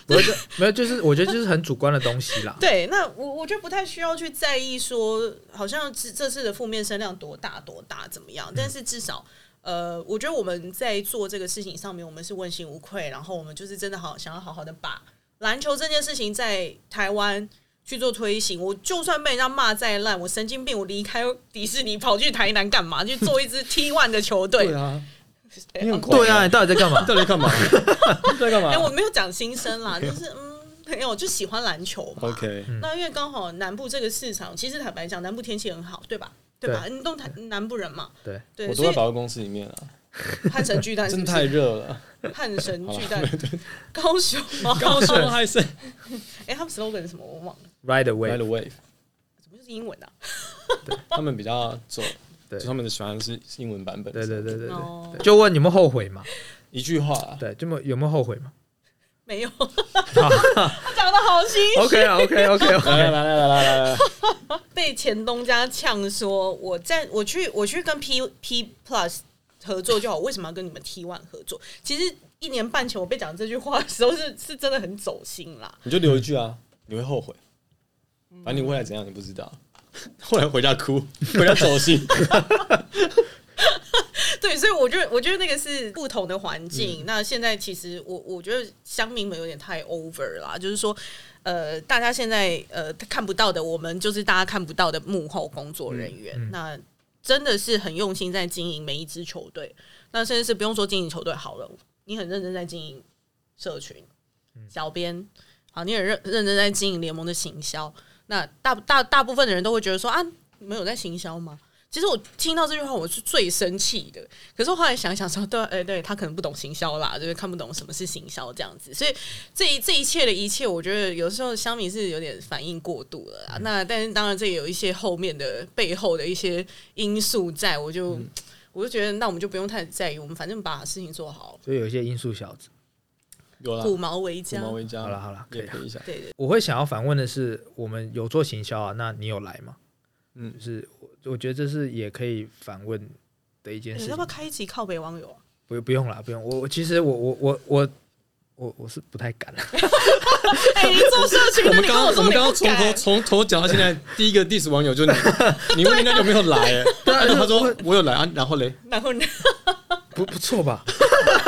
S4: 哦、
S3: 我觉得没有，就是我觉得就是很主观的东西啦。
S4: 对，那我我就不太需要去在意说，好像这这次的负面声量多大多大怎么样，但是至少。呃，我觉得我们在做这个事情上面，我们是问心无愧，然后我们就是真的好想要好好的把篮球这件事情在台湾去做推行。我就算被人家骂再烂，我神经病，我离开迪士尼跑去台南干嘛？去做一支 T one 的 球队？
S2: 啊，
S4: 对
S2: 你很狂
S1: 对啊，你到底在干嘛
S2: 你？ 到底干嘛？你到底干
S4: 哦哎、我
S2: 嘛
S4: 没有讲心声啦，就是嗯，没有，就喜欢篮球嘛。
S2: ？OK，
S4: 那因为刚好南部这个市场，其实坦白讲，南部天气很好，对吧？对吧？你都台南部人嘛，
S3: 对
S4: 对，
S2: 我
S4: 所
S2: 都在百
S4: 以
S2: 货公司里面啊，
S4: 汉 神巨蛋是
S2: 真
S4: 不
S2: 太
S4: 是
S2: 热了，
S4: 汉神巨蛋，高雄吗？
S2: 高雄还是
S4: 哎，他们 slogan 是什么？我忘了，
S3: Right
S2: By
S3: away，
S2: the way，
S4: 怎么就是英文啊？
S2: 他们比较走，
S3: 对
S2: 就他们的喜欢是英文版本，
S3: 对对对对对，
S4: 哦，
S3: 就问有没有后悔嘛？
S2: 一句话啊，
S3: 对，这么有没有后悔 嘛
S4: 没有， 讲的好心虚
S3: ？OK 啊，OK OK
S2: 来
S3: OK，
S2: 来来来来来来来，
S4: 被前东家呛说，我在我去我去跟 P P Plus 合作就好，为什么要跟你们 T One 合作？其实一年半前我被讲这句话的时候是是真的很走心啦。
S2: 你就留一句啊，你会后悔。反正你未来怎样，你不知 道。后来回家哭，回家走 心。
S4: 对，所以我觉得我觉得那个是不同的环境。那现在其实我我觉得乡民们有点太 over 啦，就是说。呃，大家现在呃看不到的，我们就是大家看不到的幕后工作人员。那真的是很用心在经营每一支球队，那甚至是不用说经营球队好了，你很认真在经营社群，小编好，你很认认真在经营联盟的行销。那大大大部分的人都会觉得说啊，你们有在行销吗？其实我听到这句话，我是最生气的。可是我后来想一想说，对啊，哎、对他可能不懂行销啦，就是看不懂什么是行销这样子。所以这一这一切的一切，我觉得有时候香米是有点反应过度了
S2: 嗯
S4: 啦。那但是当然，这也有一些后面的背后的一些因素在，我就、
S2: 嗯
S4: 我就觉得，那我们就不用太在意，我们反正把事情做好，
S3: 就有一些因素小子。
S2: 有啦，
S4: 骨毛为
S2: 古
S4: 家
S2: 毛。为家。
S3: 好了好了可以啊了
S2: 也可以一下。
S4: 对对
S3: 我会想要反问的是，我们有做行销啊，那你有来吗？
S2: 嗯
S3: 就是我我觉得这是也可以反问的一件
S4: 哎你
S3: 事
S4: 要
S3: 情
S4: 不要。开一集靠北网友啊？
S3: 不不用了，不用。我我其实我我我我我我是不太敢。
S4: 哎、你做社群，
S2: 我
S4: 那
S2: 们
S4: 你
S2: 刚
S4: 跟
S2: 刚
S4: 我
S2: 我
S4: 说
S2: 们
S4: 你
S2: 刚刚
S4: 不
S2: 从头
S4: 敢，
S2: 从头讲到现 在，第一个 diss 网友就你，你问人家有没有来、欸，
S4: 啊
S2: 然后他说我有来啊，然后嘞
S4: 然后呢？
S3: 不不错吧？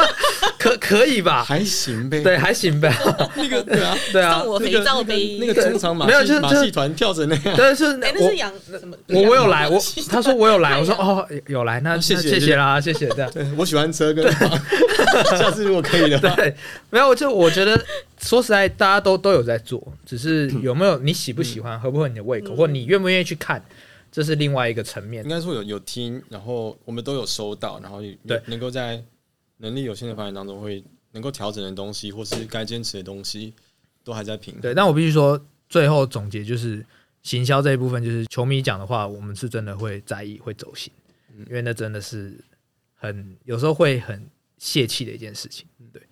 S3: 可可以吧？
S2: 还行呗，
S3: 对，还行 呗。
S2: 那个对啊，
S3: 对啊
S4: 送，我
S2: 那
S4: 肥
S2: 个
S4: 皂
S2: 那个
S4: 杯。
S2: 那个中场马
S3: 没有
S2: 戏
S3: 就是
S2: 马戏团跳成那样，
S3: 但是
S4: 哎、那是羊什么？
S3: 我我我有来，
S4: 羊
S3: 我他说我有 来，我说哦有来，那
S2: 那
S3: 那
S2: 谢
S3: 谢
S2: 谢
S3: 谢啦，谢谢这样。
S2: 对我喜欢车 跟马，下次如果可以的 话，
S3: 对，没有，就我觉得说实在，大家都都有在做，只是有没有你喜不喜欢，合不合你的胃口，
S4: 嗯
S3: 或你愿不愿意去看，这是另外一个层面
S2: 应。该说有有听，然后我们都有收到，然后也
S3: 对
S2: 能够在能力有限的发展当中，会能够调整的东西，或是该坚持的东西，都还在平衡。
S3: 对，但我必须说，最后总结就是行销这一部分，就是球迷讲的话，我们是真的会在意，会走心，因为那真的是很有时候会很泄气的一件事情。对，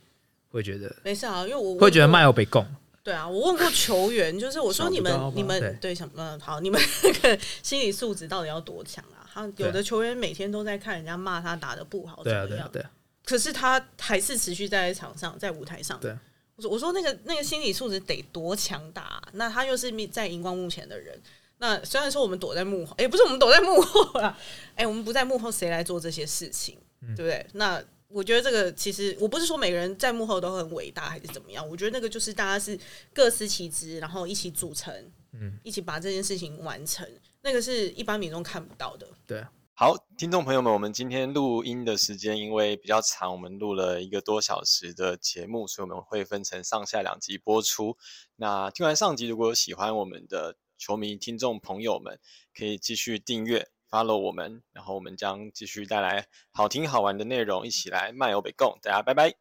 S3: 会觉得
S4: 没事啊，因为我
S3: 会觉得
S4: 卖。
S3: 麦有被供，
S4: 对啊，我问过球员，就是我说
S2: 想不
S4: 你们
S2: 到吧
S4: 你们对想嗯好，你们 那个心理素质到底要多强啊？他有的
S3: 对
S4: 球员每天都在看人家骂他打的不好怎
S3: 对啊，
S4: 么
S3: 对啊
S4: 样，，
S3: 对啊，
S4: 可是他还是持续在场上，在舞台上。
S3: 对
S4: 我说我说那个那个心理素质得多强大啊、那他又是在荧光幕前的人。那虽然说我们躲在幕后，哎、不是我们躲在幕后啦， 哎、我们不在幕后，谁来做这些事情？对不对？那我觉得这个其实我不是说每个人在幕后都很伟大还是怎么样，我觉得那个就是大家是各司其职，然后一起组成，嗯，一起把这件事情完成，那个是一般民众看不到的。
S3: 对啊。
S5: 好，听众朋友们，我们今天录音的时间因为比较长，我们录了一个多小时的节目，所以我们会分成上下两集播出。那听完上集，如果有喜欢我们的球迷听众朋友们，可以继续订阅、follow 我们，然后我们将继续带来好听好玩的内容，一起来漫游北贡。大家拜拜。